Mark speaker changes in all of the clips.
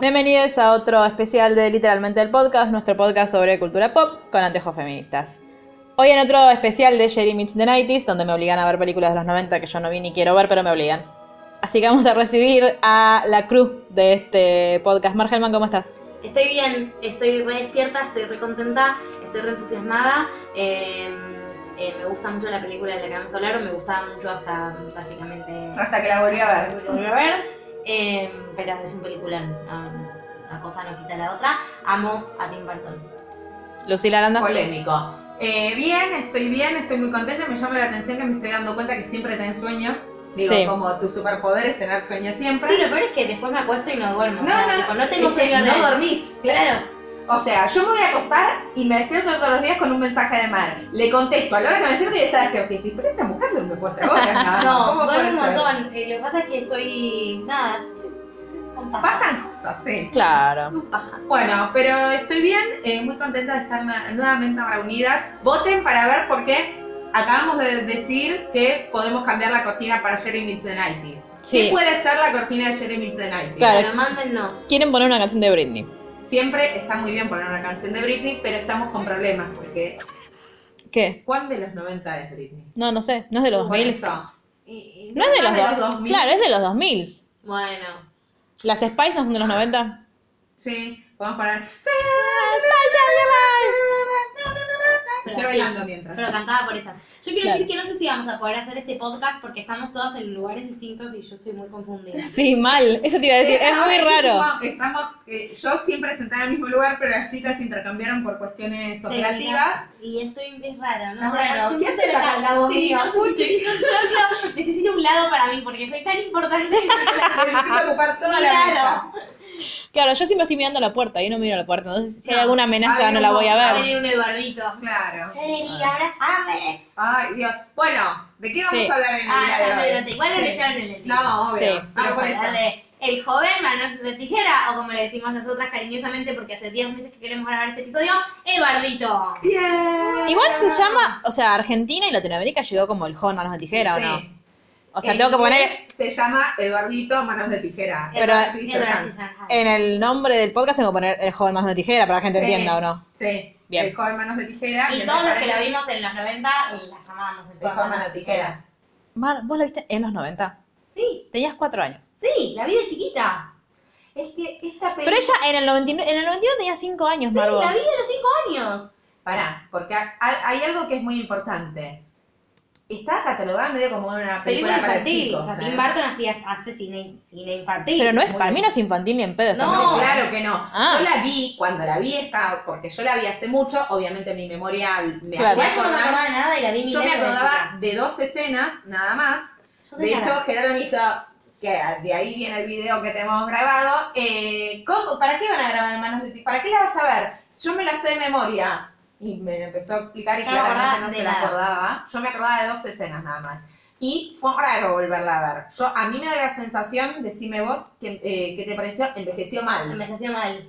Speaker 1: Bienvenidos a otro especial de Literalmente el Podcast, nuestro podcast sobre cultura pop con anteojos feministas. Hoy en otro especial de Jerry Meets the 90s, donde me obligan a ver películas de los 90 que yo no vi ni quiero ver, pero me obligan. Así que vamos a recibir a la crew de este podcast. Margelman, ¿cómo estás?
Speaker 2: Estoy bien, estoy re despierta, estoy re contenta, estoy re entusiasmada. eh, eh, me gusta mucho la película de la que vamos a hablar, me gustaba mucho hasta básicamente
Speaker 3: Hasta que la volví a
Speaker 2: lo
Speaker 3: ver.
Speaker 2: que volví a ver. eh, pero es un peliculón, no, una cosa no quita la otra. Amo a Tim Burton.
Speaker 1: Lucila Aranda.
Speaker 3: Polémico. Eh, bien, estoy bien, estoy muy contenta. Me llama la atención que me estoy dando cuenta que siempre tenés sueño. Digo,
Speaker 1: Sí.
Speaker 3: como tu superpoder es tener sueño siempre.
Speaker 2: Sí, lo peor es que después me acuesto y no duermo.
Speaker 3: no,
Speaker 2: o sea,
Speaker 3: no,
Speaker 2: tipo, no tengo
Speaker 3: es que
Speaker 2: sueño
Speaker 3: No
Speaker 2: real.
Speaker 3: dormís.
Speaker 2: Claro,
Speaker 3: O sea, yo me voy a acostar y me despierto todos los días con un mensaje de Mar. Le contesto a la hora que me despierto y está despierto. Y dice, pero esta mujer duerme cuatro horas nada más.
Speaker 2: no,
Speaker 3: ¿Cómo
Speaker 2: duermo
Speaker 3: puede
Speaker 2: un
Speaker 3: ser?
Speaker 2: montón. Eh, lo que pasa es que estoy. Nada, estoy con paja.
Speaker 3: Pasan cosas, sí.
Speaker 1: Claro.
Speaker 2: Con paja.
Speaker 3: Bueno, pero estoy bien, eh, muy contenta de estar na- nuevamente reunidas. Voten para ver por qué acabamos de decir que podemos cambiar la cortina para Jerry Meets the 90s. ¿Qué
Speaker 1: Sí.
Speaker 3: puede ser la cortina de Jerry Meets the 90s?
Speaker 1: Claro.
Speaker 2: Bueno, mándennos.
Speaker 1: Quieren poner una canción de Britney.
Speaker 3: Siempre está muy bien poner una canción de Britney, pero estamos con problemas porque
Speaker 1: ¿Qué?
Speaker 3: ¿cuál de los 90 es Britney?
Speaker 1: No, no sé. No es de los
Speaker 3: Por
Speaker 1: 2000.
Speaker 3: eso. Y- y
Speaker 1: No es Ah, de los, dos-
Speaker 3: 2000.
Speaker 1: Claro, es de los 2000.
Speaker 2: Bueno.
Speaker 1: Las Spice no son de los 90.
Speaker 3: Sí, podemos parar.
Speaker 2: Pero
Speaker 3: Estoy
Speaker 2: sí.
Speaker 3: bailando mientras.
Speaker 2: Pero cantaba por ella. Yo quiero
Speaker 1: Claro.
Speaker 2: decir que no sé si vamos a poder hacer este podcast porque estamos todas en lugares distintos y yo estoy muy confundida.
Speaker 1: Sí, mal. Eso te iba a decir.
Speaker 3: Sí,
Speaker 1: Es muy
Speaker 3: ahora
Speaker 1: raro.
Speaker 3: hicimos- Estamos, eh, yo siempre sentada en el mismo lugar, pero las chicas intercambiaron por cuestiones operativas.
Speaker 2: Y estoy es raro,
Speaker 3: Ah,
Speaker 2: ¿no?
Speaker 3: bueno,
Speaker 2: Estoy
Speaker 3: ¿qué
Speaker 2: muy
Speaker 3: haces acá
Speaker 2: cerca.
Speaker 3: al lado
Speaker 2: Sí,
Speaker 3: mío?
Speaker 2: no sé si estoy- claro, Necesito un lado para mí porque soy tan importante.
Speaker 3: Necesito ocupar toda la mesa.
Speaker 2: Claro.
Speaker 1: Claro, yo siempre estoy mirando la puerta. Yo no miro la puerta. Entonces, si hay
Speaker 2: No.
Speaker 1: alguna amenaza,
Speaker 3: Ay,
Speaker 1: no la voy
Speaker 2: Va a
Speaker 1: a ver.
Speaker 2: venir un Eduardito. Ah.
Speaker 3: Claro.
Speaker 2: Jerry, abrazame.
Speaker 3: Ay, Dios. Bueno, ¿de qué vamos
Speaker 1: Sí.
Speaker 3: a hablar en el
Speaker 2: Ah, ya
Speaker 3: día
Speaker 2: me
Speaker 3: de hoy?
Speaker 2: delaté. Igual no
Speaker 3: Sí.
Speaker 2: leyeron el libro.
Speaker 3: No, obvio.
Speaker 1: Sí,
Speaker 3: Vamos
Speaker 2: Vamos
Speaker 3: por
Speaker 2: a
Speaker 3: eso.
Speaker 2: darle el joven manos de tijera, o como le decimos nosotras cariñosamente, porque hace 10 meses que queremos grabar este episodio, Eduardito.
Speaker 3: Bien.
Speaker 1: Igual se llama, o sea, Argentina y Latinoamérica llegó como el joven manos de tijera,
Speaker 3: Sí.
Speaker 1: ¿o no? O sea, tengo que poner
Speaker 3: Inglés Se llama Eduardito Manos de Tijera.
Speaker 1: Pero-
Speaker 3: Edward Scissorhands.
Speaker 2: Edward Scissorhands.
Speaker 1: en el nombre del podcast, tengo que poner el joven manos de tijera para que la gente
Speaker 3: Sí.
Speaker 1: entienda, ¿o no?
Speaker 3: Sí.
Speaker 1: Bien.
Speaker 3: El joven Manos de Tijera.
Speaker 2: Y
Speaker 3: que
Speaker 2: todos
Speaker 3: me
Speaker 2: los que la
Speaker 3: parece-
Speaker 2: vimos en los 90 eh, la llamábamos el
Speaker 3: El joven Manos de Tijera.
Speaker 1: Mar, ¿vos la viste en los 90?
Speaker 2: Sí,
Speaker 1: Tenías cuatro años.
Speaker 2: sí, la vi de chiquita.
Speaker 3: Es que esta
Speaker 1: Pero ella en el 99, en el 91 tenía cinco años,
Speaker 2: Sí,
Speaker 1: Margot.
Speaker 2: la vi de los 5 años.
Speaker 3: Pará, porque ha- hay, algo que es muy importante. Está catalogada medio como una película,
Speaker 2: Película
Speaker 3: para
Speaker 2: infantil.
Speaker 3: chicos.
Speaker 2: O sea,
Speaker 3: ¿eh?
Speaker 2: Tim Burton hacía hace cine, cine infantil.
Speaker 1: Pero no es,
Speaker 3: Muy
Speaker 1: para
Speaker 3: bien.
Speaker 1: mí no es infantil ni en pedo esta
Speaker 2: No.
Speaker 1: película.
Speaker 3: Claro que no.
Speaker 1: Ah.
Speaker 3: Yo la vi, cuando la vi estaba, porque yo la vi hace mucho, obviamente mi memoria me
Speaker 1: Claro.
Speaker 2: Igual
Speaker 3: hacía
Speaker 2: yo no me
Speaker 3: acordar.
Speaker 2: acordaba de nada y la vi mil
Speaker 3: Yo me
Speaker 2: veces de
Speaker 3: acordaba
Speaker 2: chica.
Speaker 3: de dos escenas, nada más.
Speaker 2: Yo
Speaker 3: De
Speaker 2: tenía
Speaker 3: hecho, Gerardo me dijo que de ahí viene el video que tenemos grabado. eh, ¿cómo- ¿Para qué van a grabar Manos de Tijera? ¿Para qué la vas a ver? Yo me la sé de memoria. Y me la empezó a explicar y
Speaker 2: Yo no me
Speaker 3: claramente
Speaker 2: acordaba
Speaker 3: no
Speaker 2: de
Speaker 3: se la
Speaker 2: nada.
Speaker 3: acordaba. Yo me acordaba de dos escenas nada más. Y fue raro volverla a ver. Yo, a mí me da la sensación, decime vos, que, eh, que te pareció envejeció mal.
Speaker 2: Envejeció mal.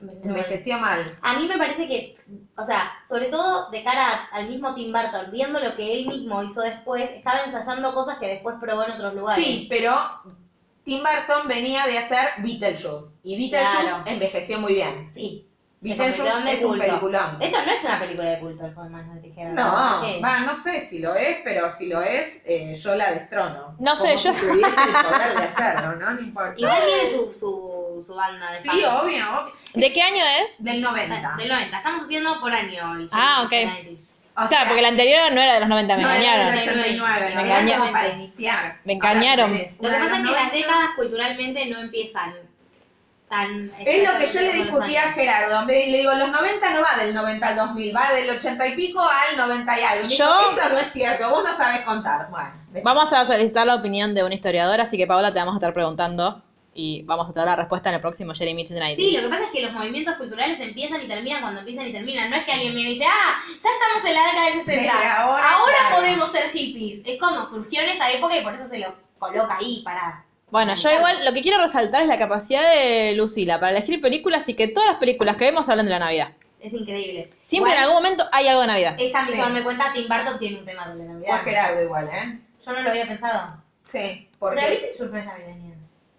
Speaker 2: Envejeció mal.
Speaker 3: Envejeció mal.
Speaker 2: A mí me parece que, o sea, sobre todo de cara al mismo Tim Burton, viendo lo que él mismo hizo después, estaba ensayando cosas que después probó en otros lugares.
Speaker 3: Sí, pero Tim Burton venía de hacer Beetlejuice. Y Beetlejuice
Speaker 2: Claro.
Speaker 3: envejeció muy bien.
Speaker 2: Sí. Se convirtió en
Speaker 3: Beetlejuice
Speaker 2: de
Speaker 3: es un
Speaker 2: culto.
Speaker 3: peliculón.
Speaker 2: De hecho, no es una película de culto el joven manos de tijera.
Speaker 3: No,
Speaker 2: ¿Qué?
Speaker 3: va, no sé si lo es, pero si lo es, eh, yo la destrono.
Speaker 1: No sé,
Speaker 3: Como
Speaker 1: yo-
Speaker 3: Si tuviese el poder de hacerlo, ¿no? No importa.
Speaker 2: Igual tiene su, su, su banda de
Speaker 3: Sí,
Speaker 2: fans.
Speaker 3: obvio, obvio.
Speaker 1: ¿De qué año es?
Speaker 3: Del 90.
Speaker 2: Ah, Del 90. Estamos haciendo por año. el
Speaker 1: Ah,
Speaker 2: Jerry Maguire.
Speaker 3: O sea,
Speaker 1: Claro, porque la anterior no era de los 90, me
Speaker 3: no era del
Speaker 1: engañaron.
Speaker 3: 89,
Speaker 1: Me
Speaker 3: no era
Speaker 1: engañaron.
Speaker 3: como para iniciar.
Speaker 1: Me engañaron.
Speaker 3: Ahora tenés
Speaker 2: Lo
Speaker 3: una
Speaker 2: que pasa
Speaker 3: de
Speaker 2: es
Speaker 3: los
Speaker 2: que las
Speaker 3: 90.
Speaker 2: décadas culturalmente no empiezan tan...
Speaker 3: Es lo que yo le discutía a Gerardo. Me- Le digo, los 90 no va del 90 al 2000, va del 80 y pico al 90 y algo. Y me dijo,
Speaker 1: Yo-
Speaker 3: Eso no es cierto, vos no sabes contar. Bueno, de-
Speaker 1: Vamos a solicitar la opinión de un historiador, así que Paola te vamos a estar preguntando y vamos a traer la respuesta en el próximo Jerry Mitchell Night.
Speaker 2: Sí, lo que pasa es que los movimientos culturales empiezan y terminan cuando empiezan y terminan. No es que alguien viene y dice, ah, ya estamos en la década de 60.
Speaker 3: Desde ahora, claro.
Speaker 2: podemos ser hippies. Es cuando surgió en esa época y por eso se lo coloca ahí para...
Speaker 1: Bueno, yo igual lo que quiero resaltar es la capacidad de Lucila para elegir películas y que todas las películas que vemos hablan de la Navidad.
Speaker 2: Es increíble.
Speaker 1: Siempre
Speaker 2: Igual,
Speaker 1: en algún momento hay algo de Navidad.
Speaker 2: Ella misma
Speaker 3: Sí.
Speaker 2: me cuenta, Tim Burton tiene un tema con la Navidad.
Speaker 3: fue Gerardo igual, ¿eh?
Speaker 2: Yo no lo había pensado.
Speaker 3: Sí,
Speaker 2: Pero
Speaker 3: porque
Speaker 2: Beetlejuice no es navideña.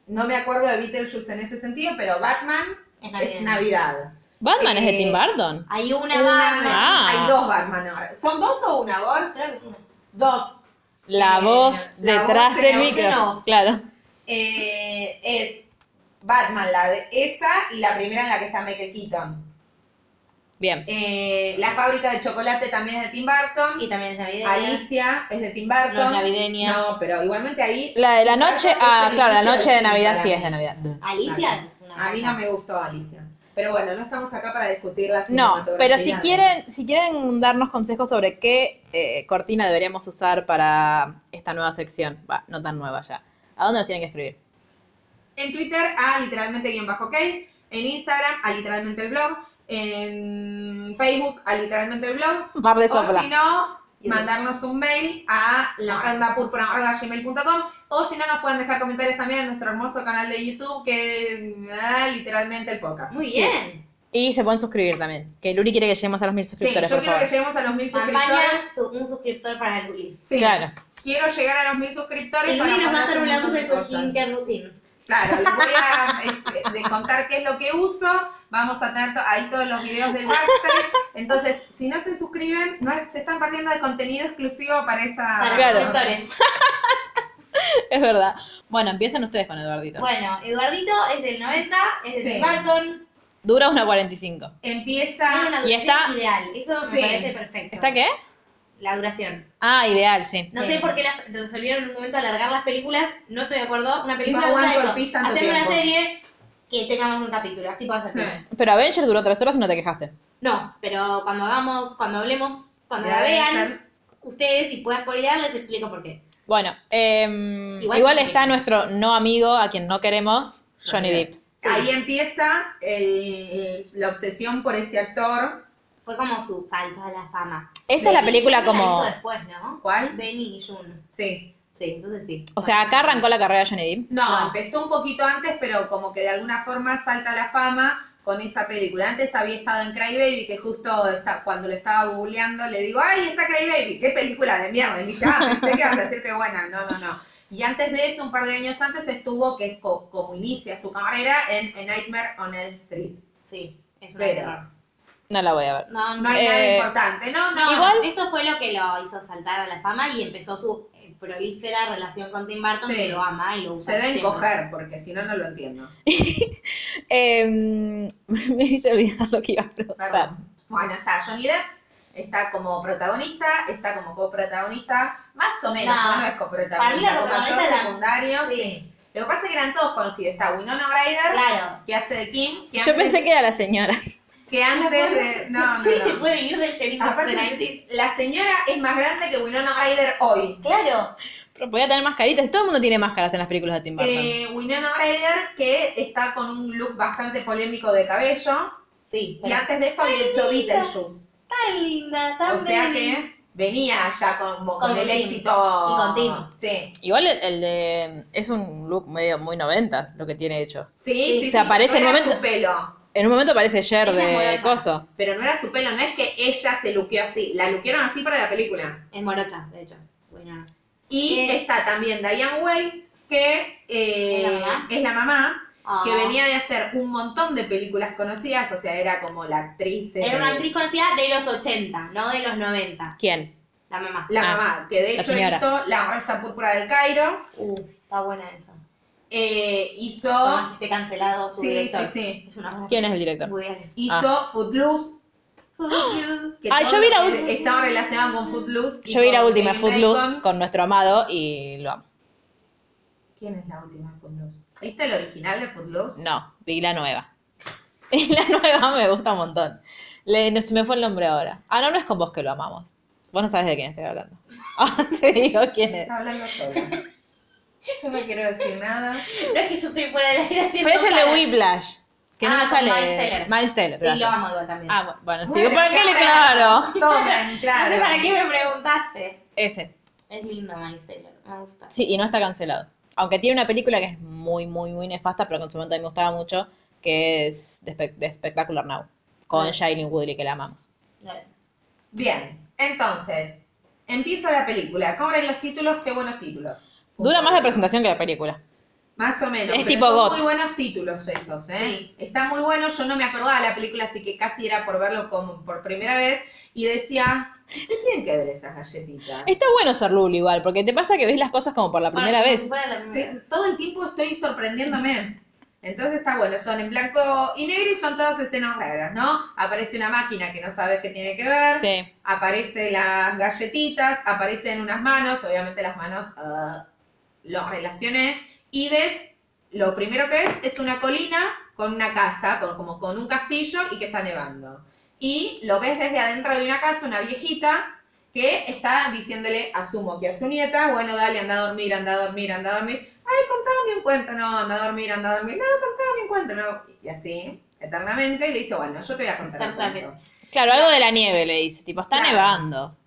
Speaker 3: no me acuerdo de Beetlejuice en ese sentido, pero Batman
Speaker 2: Es
Speaker 3: es
Speaker 2: navideña.
Speaker 3: Navidad.
Speaker 1: Batman es de
Speaker 3: Eh,
Speaker 1: Tim Burton.
Speaker 2: Hay una,
Speaker 3: Una-
Speaker 2: banda.
Speaker 1: Ah.
Speaker 3: Hay dos Batman ahora. ¿Son dos o una, Gor?
Speaker 2: Creo que es una.
Speaker 3: Dos.
Speaker 1: La
Speaker 3: eh,
Speaker 1: voz
Speaker 3: la
Speaker 1: detrás
Speaker 3: voz
Speaker 1: del
Speaker 3: en
Speaker 1: micro.
Speaker 2: off.
Speaker 1: Claro.
Speaker 3: Eh, es Batman, la de esa, y la primera en la que está Michael Keaton.
Speaker 1: Bien.
Speaker 3: Eh, la fábrica de chocolate también es de Tim Burton.
Speaker 2: Y también es navideña.
Speaker 3: Alicia es de Tim Burton.
Speaker 2: No es navideña.
Speaker 3: No, pero igualmente ahí.
Speaker 1: La de la noche,
Speaker 3: Burton es
Speaker 1: ah,
Speaker 3: el
Speaker 1: claro, la
Speaker 3: inicio
Speaker 1: noche de
Speaker 3: del film
Speaker 1: Navidad
Speaker 3: para
Speaker 1: sí
Speaker 3: mí.
Speaker 1: es de Navidad.
Speaker 2: Alicia es una
Speaker 3: A mí no me gustó Alicia. Pero bueno, no estamos acá para discutir la
Speaker 1: No, pero si
Speaker 3: cinematografía.
Speaker 1: quieren, si quieren darnos consejos sobre qué eh, cortina deberíamos usar para esta nueva sección, va, no tan nueva ya. ¿A dónde nos tienen que escribir?
Speaker 3: En Twitter a literalmente guión bajo ok. En Instagram a literalmente el blog. En Facebook a literalmente el blog.
Speaker 1: Mar de
Speaker 3: O
Speaker 1: Sopla.
Speaker 3: si no, mandarnos un mail a gmail.com o si no, nos pueden dejar comentarios también en nuestro hermoso canal de YouTube que ah, literalmente el podcast.
Speaker 2: Muy
Speaker 3: Sí.
Speaker 2: bien.
Speaker 1: Y se pueden suscribir también. Que Luri quiere que lleguemos a los mil
Speaker 3: Sí, yo
Speaker 1: suscriptores,
Speaker 3: quiero
Speaker 1: por favor.
Speaker 3: que lleguemos a los mil
Speaker 2: Campaña,
Speaker 3: suscriptores.
Speaker 2: su- un suscriptor para el Luli.
Speaker 3: Sí,
Speaker 1: Claro.
Speaker 3: quiero llegar a los mil suscriptores.
Speaker 2: El
Speaker 3: para
Speaker 2: Luli nos va a hacer un
Speaker 3: mandarles
Speaker 2: lado
Speaker 3: montón
Speaker 2: de su
Speaker 3: cosas.
Speaker 2: skincare routine.
Speaker 3: Claro, les voy a este, de contar qué es lo que uso. Vamos a tener to- ahí todos los videos del backstage. Entonces, si no se suscriben, no es- se están perdiendo de contenido exclusivo para esa.
Speaker 2: Para
Speaker 1: Claro.
Speaker 2: los suscriptores.
Speaker 1: Es verdad. Bueno, empiecen ustedes con Eduardito.
Speaker 2: Bueno, Eduardito es del 90, es de
Speaker 3: Sí.
Speaker 2: Tim Burton.
Speaker 1: Dura una 45.
Speaker 2: Tiene
Speaker 3: Empieza.
Speaker 2: una
Speaker 1: Y
Speaker 2: duración
Speaker 1: está-
Speaker 2: ideal. Eso me
Speaker 3: Sí.
Speaker 2: parece perfecto.
Speaker 1: ¿Está qué?
Speaker 2: La duración.
Speaker 1: Ah, ideal, sí.
Speaker 2: No
Speaker 3: Sí.
Speaker 2: sé por qué las resolvieron en un momento alargar las películas. No estoy de acuerdo. Una película
Speaker 3: No
Speaker 2: dura
Speaker 3: aguanto
Speaker 2: eso.
Speaker 3: el pis tanto
Speaker 2: Haceme una
Speaker 3: tiempo.
Speaker 2: serie que tengamos un capítulo. Así puedo hacerlo.
Speaker 3: Sí.
Speaker 1: Pero Avengers duró tres horas y no te quejaste.
Speaker 2: No, pero cuando hagamos, cuando hablemos, cuando
Speaker 3: De
Speaker 2: la vean,
Speaker 3: Avengers.
Speaker 2: ustedes, si puedo spoilear, les explico por qué.
Speaker 1: Bueno, em, igual,
Speaker 2: Igual sí.
Speaker 1: está nuestro no amigo, a quien no queremos, Johnny
Speaker 3: Johnny
Speaker 1: Depp.
Speaker 2: Sí.
Speaker 3: Ahí empieza el- la obsesión por este actor.
Speaker 2: Fue como su salto a la fama.
Speaker 1: Esta es la
Speaker 2: Benny
Speaker 1: película
Speaker 2: June
Speaker 1: como...
Speaker 2: La hizo después, ¿no?
Speaker 3: ¿Cuál?
Speaker 2: Benny y June.
Speaker 3: Sí.
Speaker 2: Sí, entonces sí.
Speaker 1: O sea, acá arrancó la carrera de Johnny Depp.
Speaker 3: No,
Speaker 2: No.
Speaker 3: empezó un poquito antes, pero como que de alguna forma salta a la fama con esa película. Antes había estado en Cry Baby, que justo está, cuando lo estaba googleando le digo, ¡ay, está Cry Baby! ¡Qué película de mierda! Y me dice, ah, pensé que ibas a decir que buena. No, no, no. Y antes de eso, un par de años antes, estuvo, que es co- como inicia su carrera, en A Nightmare on Elm Street.
Speaker 2: Sí, es una
Speaker 3: Pero-
Speaker 2: terror.
Speaker 1: No la voy a ver.
Speaker 2: No,
Speaker 3: No hay
Speaker 1: Eh,
Speaker 3: nada importante. No, no.
Speaker 2: No,
Speaker 1: Igual-
Speaker 2: esto fue lo que lo hizo saltar a la fama y empezó su eh, prolífera relación con Tim Burton,
Speaker 3: Sí.
Speaker 2: que lo ama y lo usa.
Speaker 3: Se deben
Speaker 2: siempre.
Speaker 3: coger, porque si no, no lo entiendo.
Speaker 1: Em, me hice olvidar lo que iba a preguntar.
Speaker 3: Perdón. Bueno, está Johnny Depp, está como protagonista, está como coprotagonista, más o menos,
Speaker 2: No.
Speaker 3: no, no es
Speaker 2: Para mí
Speaker 3: coprotagonista,
Speaker 2: la
Speaker 3: como actor
Speaker 2: coprotagonista era-
Speaker 3: secundario, sí.
Speaker 2: Sí.
Speaker 3: Lo que pasa es que eran todos conocidos, está Winona Ryder,
Speaker 2: Claro.
Speaker 3: que hace de Kim, que
Speaker 1: Yo pensé que era la señora.
Speaker 3: que antes de... No, no,
Speaker 2: Juli
Speaker 3: no.
Speaker 2: se puede ir del Jerry
Speaker 3: Aparte,
Speaker 2: de 90
Speaker 3: la señora es más grande que Winona Ryder hoy.
Speaker 2: Claro.
Speaker 1: Pero podía tener mascaritas. Todo el mundo tiene máscaras en las películas de Tim Burton.
Speaker 3: Eh, Winona Ryder, que está con un look bastante polémico de cabello,
Speaker 2: Sí.
Speaker 3: y
Speaker 2: pero-
Speaker 3: antes de esto había hecho
Speaker 2: linda.
Speaker 3: Beetlejuice.
Speaker 2: Tan linda, tan
Speaker 3: O sea
Speaker 2: baby.
Speaker 3: que venía ya con, como con
Speaker 2: Con
Speaker 3: el
Speaker 2: Tim.
Speaker 3: éxito.
Speaker 2: Y con Tim.
Speaker 3: Sí.
Speaker 1: Igual el, el de... Es un look medio muy noventas lo que tiene hecho.
Speaker 3: Sí, sí,
Speaker 1: se
Speaker 3: sí,
Speaker 1: aparece
Speaker 3: no
Speaker 1: en
Speaker 3: era
Speaker 1: momento-
Speaker 3: su pelo.
Speaker 1: En un momento parece Cher
Speaker 2: Ella es
Speaker 1: de
Speaker 2: morocha.
Speaker 1: Coso.
Speaker 3: Pero no era su pelo, no es que ella se luqueó así. La luquearon así para la película.
Speaker 2: Es morocha, de hecho. Bueno.
Speaker 3: Y
Speaker 2: Eh.
Speaker 3: está también Diane Weiss, que eh,
Speaker 2: ¿Es la mamá?
Speaker 3: es la mamá,
Speaker 2: Ah.
Speaker 3: que venía de hacer un montón de películas conocidas, o sea, era como la actriz. eh,
Speaker 2: Era una actriz conocida de los 80, no de los 90.
Speaker 1: ¿Quién?
Speaker 2: La mamá.
Speaker 3: La
Speaker 1: Ah,
Speaker 3: mamá, que de
Speaker 1: la
Speaker 3: hecho
Speaker 1: señora.
Speaker 3: hizo La Rosa Púrpura del Cairo,
Speaker 2: Uh, está buena eso.
Speaker 3: eh, hizo...
Speaker 2: Por más que esté cancelado Ah, su
Speaker 3: sí, sí,
Speaker 2: director.
Speaker 3: sí.
Speaker 2: Es una buena
Speaker 1: ¿Quién es el director?
Speaker 2: Woody Allen.
Speaker 3: Hizo Footloose,
Speaker 2: por Dios.
Speaker 3: que
Speaker 1: Ay,
Speaker 3: todo
Speaker 1: yo vi la
Speaker 3: lo que
Speaker 1: última-
Speaker 3: Estaba relacionado con Footloose. y
Speaker 1: Yo vi la
Speaker 3: con
Speaker 1: última
Speaker 3: Kevin
Speaker 1: Footloose
Speaker 3: Bacon.
Speaker 1: con nuestro amado y lo amo.
Speaker 3: ¿Quién es la última de Footloose? ¿Viste el original de Footloose?
Speaker 1: No, vi la nueva. Y la nueva me gusta un montón. Le- no, se me fue el nombre ahora. Ah, no, no es con vos que lo amamos. Vos no sabes de quién estoy hablando. Ahora te digo quién es.
Speaker 3: Está hablando sola. Yo no quiero decir nada.
Speaker 2: No es que yo estoy fuera del aire haciendo.
Speaker 1: Pero es el de
Speaker 2: cara.
Speaker 1: Whiplash. Que no
Speaker 2: Ah,
Speaker 1: me
Speaker 2: con
Speaker 1: sale.
Speaker 2: Miles Teller.
Speaker 1: Miles Teller,
Speaker 2: Sí, lo
Speaker 1: gracias.
Speaker 2: amo igual también.
Speaker 1: Ah, bu- bueno, sí.
Speaker 3: Bueno,
Speaker 1: ¿Para qué le
Speaker 3: claro.
Speaker 1: claro?
Speaker 3: Tomen,
Speaker 2: No sé
Speaker 3: claro.
Speaker 2: para qué me preguntaste.
Speaker 1: Ese.
Speaker 2: Es lindo Miles Taylor, me gusta.
Speaker 1: Sí, y no está cancelado. Aunque tiene una película que es muy, muy, muy nefasta, pero que en su momento a mí me gustaba mucho, que es de, Espe- de Spectacular Now, con
Speaker 2: Ah.
Speaker 1: Shailene Woodley, que la amamos.
Speaker 2: Dale.
Speaker 3: Bien, entonces, empieza la película. Cobren los títulos, qué buenos títulos.
Speaker 1: Dura más la presentación que la película.
Speaker 3: Más o menos.
Speaker 1: Es
Speaker 3: pero
Speaker 1: tipo
Speaker 3: son
Speaker 1: GOT.
Speaker 3: muy buenos títulos esos, ¿eh?
Speaker 2: Sí.
Speaker 3: Está muy bueno. Yo no me acordaba de la película, así que casi era por verlo como por primera vez. Y decía, ¿qué tienen que ver esas galletitas?
Speaker 1: Está bueno ser Lulu igual, porque te pasa que ves las cosas como por la primera
Speaker 2: Bueno,
Speaker 1: vez.
Speaker 2: como fuera la primera
Speaker 3: Te-
Speaker 2: vez.
Speaker 3: Todo el tiempo estoy sorprendiéndome. Entonces está bueno, son en blanco y negro y son todas escenas raras, ¿no? Aparece una máquina que no sabes qué tiene que ver,
Speaker 1: Sí.
Speaker 3: aparecen las galletitas, aparecen unas manos, obviamente las manos ah, lo relacioné, y ves, lo primero que ves es una colina con una casa, con- como con un castillo y que está nevando. Y lo ves desde adentro de una casa, una viejita, que está diciéndole, asumo que a su nieta, bueno, dale, anda a dormir, anda a dormir, anda a dormir. Ay, contame un cuento, no, anda a dormir, anda a dormir, no, contame un cuento, no. Y así, eternamente, y le dice, bueno, yo te voy a contar un
Speaker 2: Eternamente.
Speaker 3: cuento.
Speaker 1: Claro, algo de la nieve le dice, tipo, está
Speaker 3: Claro.
Speaker 1: nevando.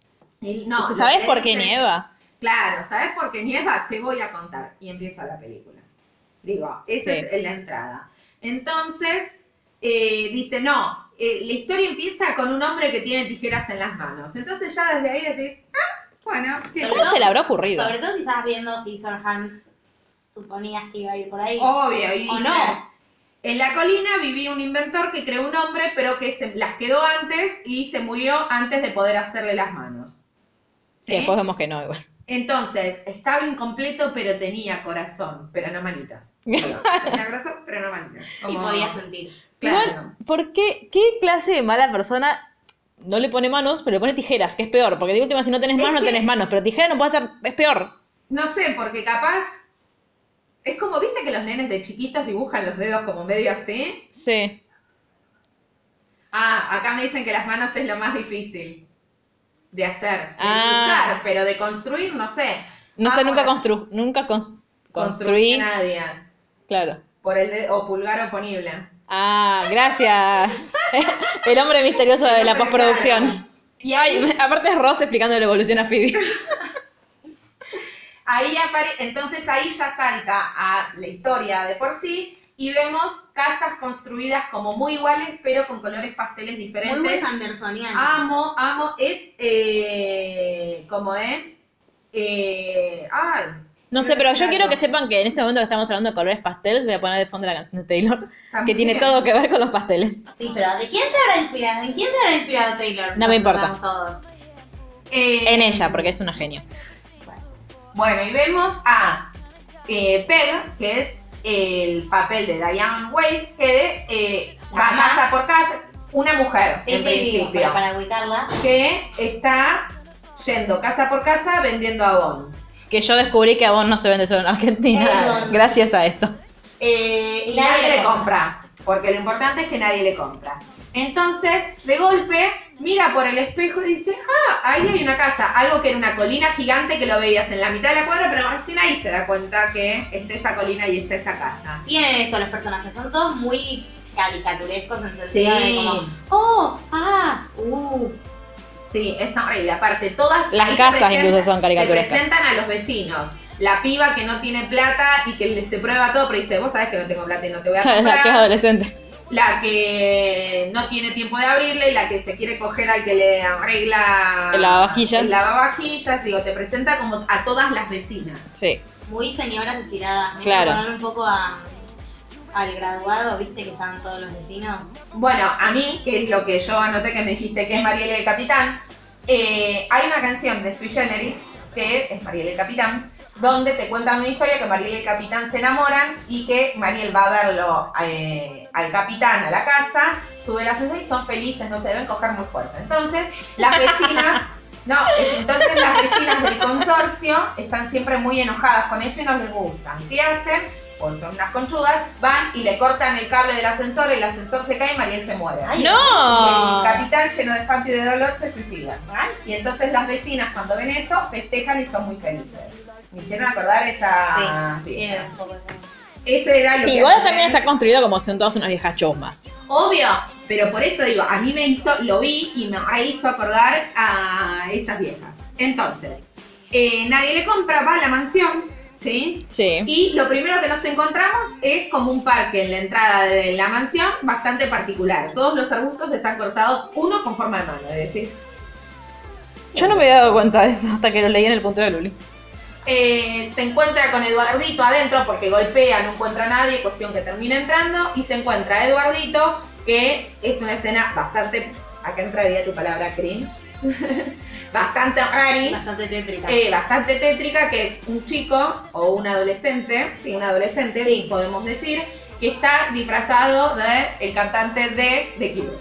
Speaker 3: Y no,
Speaker 1: ¿Y si
Speaker 3: lo
Speaker 1: ¿Sabes
Speaker 3: que
Speaker 1: por qué
Speaker 3: dice-
Speaker 1: nieva?
Speaker 3: Claro, ¿sabes por qué nieva? Te voy a contar. Y empieza la película. Digo, esa
Speaker 1: Sí.
Speaker 3: es la entrada. Entonces, eh, dice, no, eh, la historia empieza con un hombre que tiene tijeras en las manos. Entonces ya desde ahí decís, ah, bueno, ¿qué?
Speaker 1: ¿Cómo se le habrá ocurrido?
Speaker 2: Sobre todo si estabas viendo si Sir Hans suponías que iba a ir por ahí.
Speaker 3: obvio. Y
Speaker 2: o
Speaker 3: dice,
Speaker 2: no.
Speaker 3: En la colina vivía un inventor que creó un hombre, pero que se las quedó antes y se murió antes de poder hacerle las manos. ¿Sí?
Speaker 1: Que después vemos que no, igual.
Speaker 3: Entonces, estaba incompleto, pero tenía corazón, pero no manitas. Pero, tenía corazón, pero no manitas.
Speaker 2: Y
Speaker 3: Como-
Speaker 2: podías sentir.
Speaker 3: Claro.
Speaker 1: Igual, ¿por qué? ¿Qué clase de mala persona no le pone manos, pero le pone tijeras? Que es peor, porque de última, si no tenés manos, no
Speaker 3: que-
Speaker 1: tenés manos, pero tijeras no puedes hacer, es peor.
Speaker 3: No sé, porque capaz. Es como, viste que los nenes de chiquitos dibujan los dedos como medio así.
Speaker 1: Sí.
Speaker 3: Ah, acá me dicen que las manos es lo más difícil de hacer. De
Speaker 1: Ah.
Speaker 3: dibujar, pero de construir, no sé. Ah,
Speaker 1: No sé,
Speaker 3: Ahora,
Speaker 1: nunca, constru nunca con-
Speaker 3: construye
Speaker 1: construí.
Speaker 3: nadie.
Speaker 1: Claro.
Speaker 3: Por el dedo, o pulgar oponible.
Speaker 1: Ah, gracias. El hombre misterioso de la
Speaker 3: Pero claro.
Speaker 1: postproducción.
Speaker 3: Y
Speaker 1: Ay,
Speaker 3: ahí
Speaker 1: me- aparte es Ross explicando la evolución a Phoebe.
Speaker 3: Ahí apare- entonces ahí ya salta a la historia de por sí y vemos casas construidas como muy iguales pero con colores pasteles
Speaker 2: Muy Wes
Speaker 3: diferentes.
Speaker 2: Andersoniano.
Speaker 3: Amo, amo, es eh, como es. Eh, ay,
Speaker 1: No sé, pero yo
Speaker 3: Claro.
Speaker 1: quiero que sepan que en este momento que estamos hablando de colores pasteles, voy a poner de fondo la canción de Taylor, que
Speaker 3: también.
Speaker 1: tiene todo que ver con los pasteles.
Speaker 2: Sí, pero ¿de quién se habrá inspirado? ¿En quién se habrá inspirado Taylor?
Speaker 1: No me importa.
Speaker 2: Vamos todos.
Speaker 3: Eh,
Speaker 1: En ella, porque es una genio.
Speaker 3: Bueno, y vemos a eh, Peg, que es el papel de Diane Weiss, que eh, va
Speaker 2: Ajá.
Speaker 3: casa por casa, una mujer
Speaker 2: Sí,
Speaker 3: en
Speaker 2: sí, digo,
Speaker 3: principio.
Speaker 2: pero para ubicarla.
Speaker 3: que está yendo casa por casa vendiendo abón.
Speaker 1: Que yo descubrí que Avon no se vende solo en Argentina,
Speaker 2: Avon.
Speaker 1: gracias a esto.
Speaker 3: Eh, y nadie, le compra, porque lo importante es que nadie le compra. Entonces, de golpe, mira por el espejo y dice, ah, ahí hay una casa, algo que era una colina gigante que lo veías en la mitad de la cuadra, pero recién ahí se da cuenta que está esa colina y está esa casa.
Speaker 2: Tienen eso los personajes, son todos muy caricaturescos en el
Speaker 3: Sí,
Speaker 2: sentido de como, oh, ah, uh.
Speaker 3: sí, es horrible. Aparte, todas
Speaker 1: Las
Speaker 3: ahí te
Speaker 1: casas
Speaker 3: presentan-
Speaker 1: incluso son
Speaker 3: Te
Speaker 1: caricaturescas.
Speaker 3: presentan a los vecinos. La piba que no tiene plata y que le- se prueba todo, pero dice, vos sabés que no tengo plata y no te voy a comprar.
Speaker 1: La que es adolescente.
Speaker 3: la que no tiene tiempo de abrirle y la que se quiere coger al que le arregla
Speaker 1: El lavavajillas.
Speaker 3: el lavavajillas, digo, te presenta como a todas las vecinas.
Speaker 1: Sí.
Speaker 2: Muy señoras estiradas. Me
Speaker 1: Claro.
Speaker 2: hizo acordar un poco a- al graduado, viste que estaban todos los vecinos.
Speaker 3: Bueno, a mí, que es lo que yo anoté que me dijiste que es Mariela el Capitán, eh, hay una canción de Sui Generis que es Mariela el Capitán, donde te cuentan una historia que Mariel y el capitán se enamoran y que Mariel va a verlo eh, al capitán a la casa, sube el ascensor y son felices, no se deben coger muy fuerte. Entonces, las vecinas, no, entonces las vecinas del consorcio están siempre muy enojadas con eso y no les gustan. ¿Qué hacen? Pues son unas conchudas, van y le cortan el cable del ascensor, el ascensor se cae y Mariel se muere. Ay, y el
Speaker 1: ¡No!
Speaker 3: capitán lleno de espanto y de dolor se suicida. Y entonces las vecinas cuando ven eso festejan y son muy felices. Me hicieron acordar esa...
Speaker 2: Bien,
Speaker 3: fiesta.
Speaker 2: un poco así.
Speaker 3: Ese era lo
Speaker 1: Sí,
Speaker 3: que
Speaker 1: igual
Speaker 3: hacían.
Speaker 1: también está construido como son todas unas viejas chosmas.
Speaker 3: Obvio, pero por eso digo, a mí me hizo, lo vi y me re hizo acordar a esas viejas. Entonces, eh, nadie le compra, va a la mansión, ¿sí?
Speaker 1: Sí.
Speaker 3: Y lo primero que nos encontramos es como un parque en la entrada de la mansión bastante particular. Todos los arbustos están cortados uno con forma de mano. Y decís,
Speaker 1: Yo no me había dado cuenta de eso hasta que lo leí en el punto de Luli.
Speaker 3: eh, se encuentra con Eduardito adentro porque golpea, no encuentra a nadie, cuestión que termina entrando. Y se encuentra a Eduardito, que es una escena bastante. Acá entraría tu palabra cringe. bastante rari.
Speaker 2: Bastante tétrica.
Speaker 3: eh, bastante tétrica, que es un chico o un adolescente, sí, un adolescente,
Speaker 2: Sí.
Speaker 3: podemos decir, que está disfrazado de el cantante de The Cure.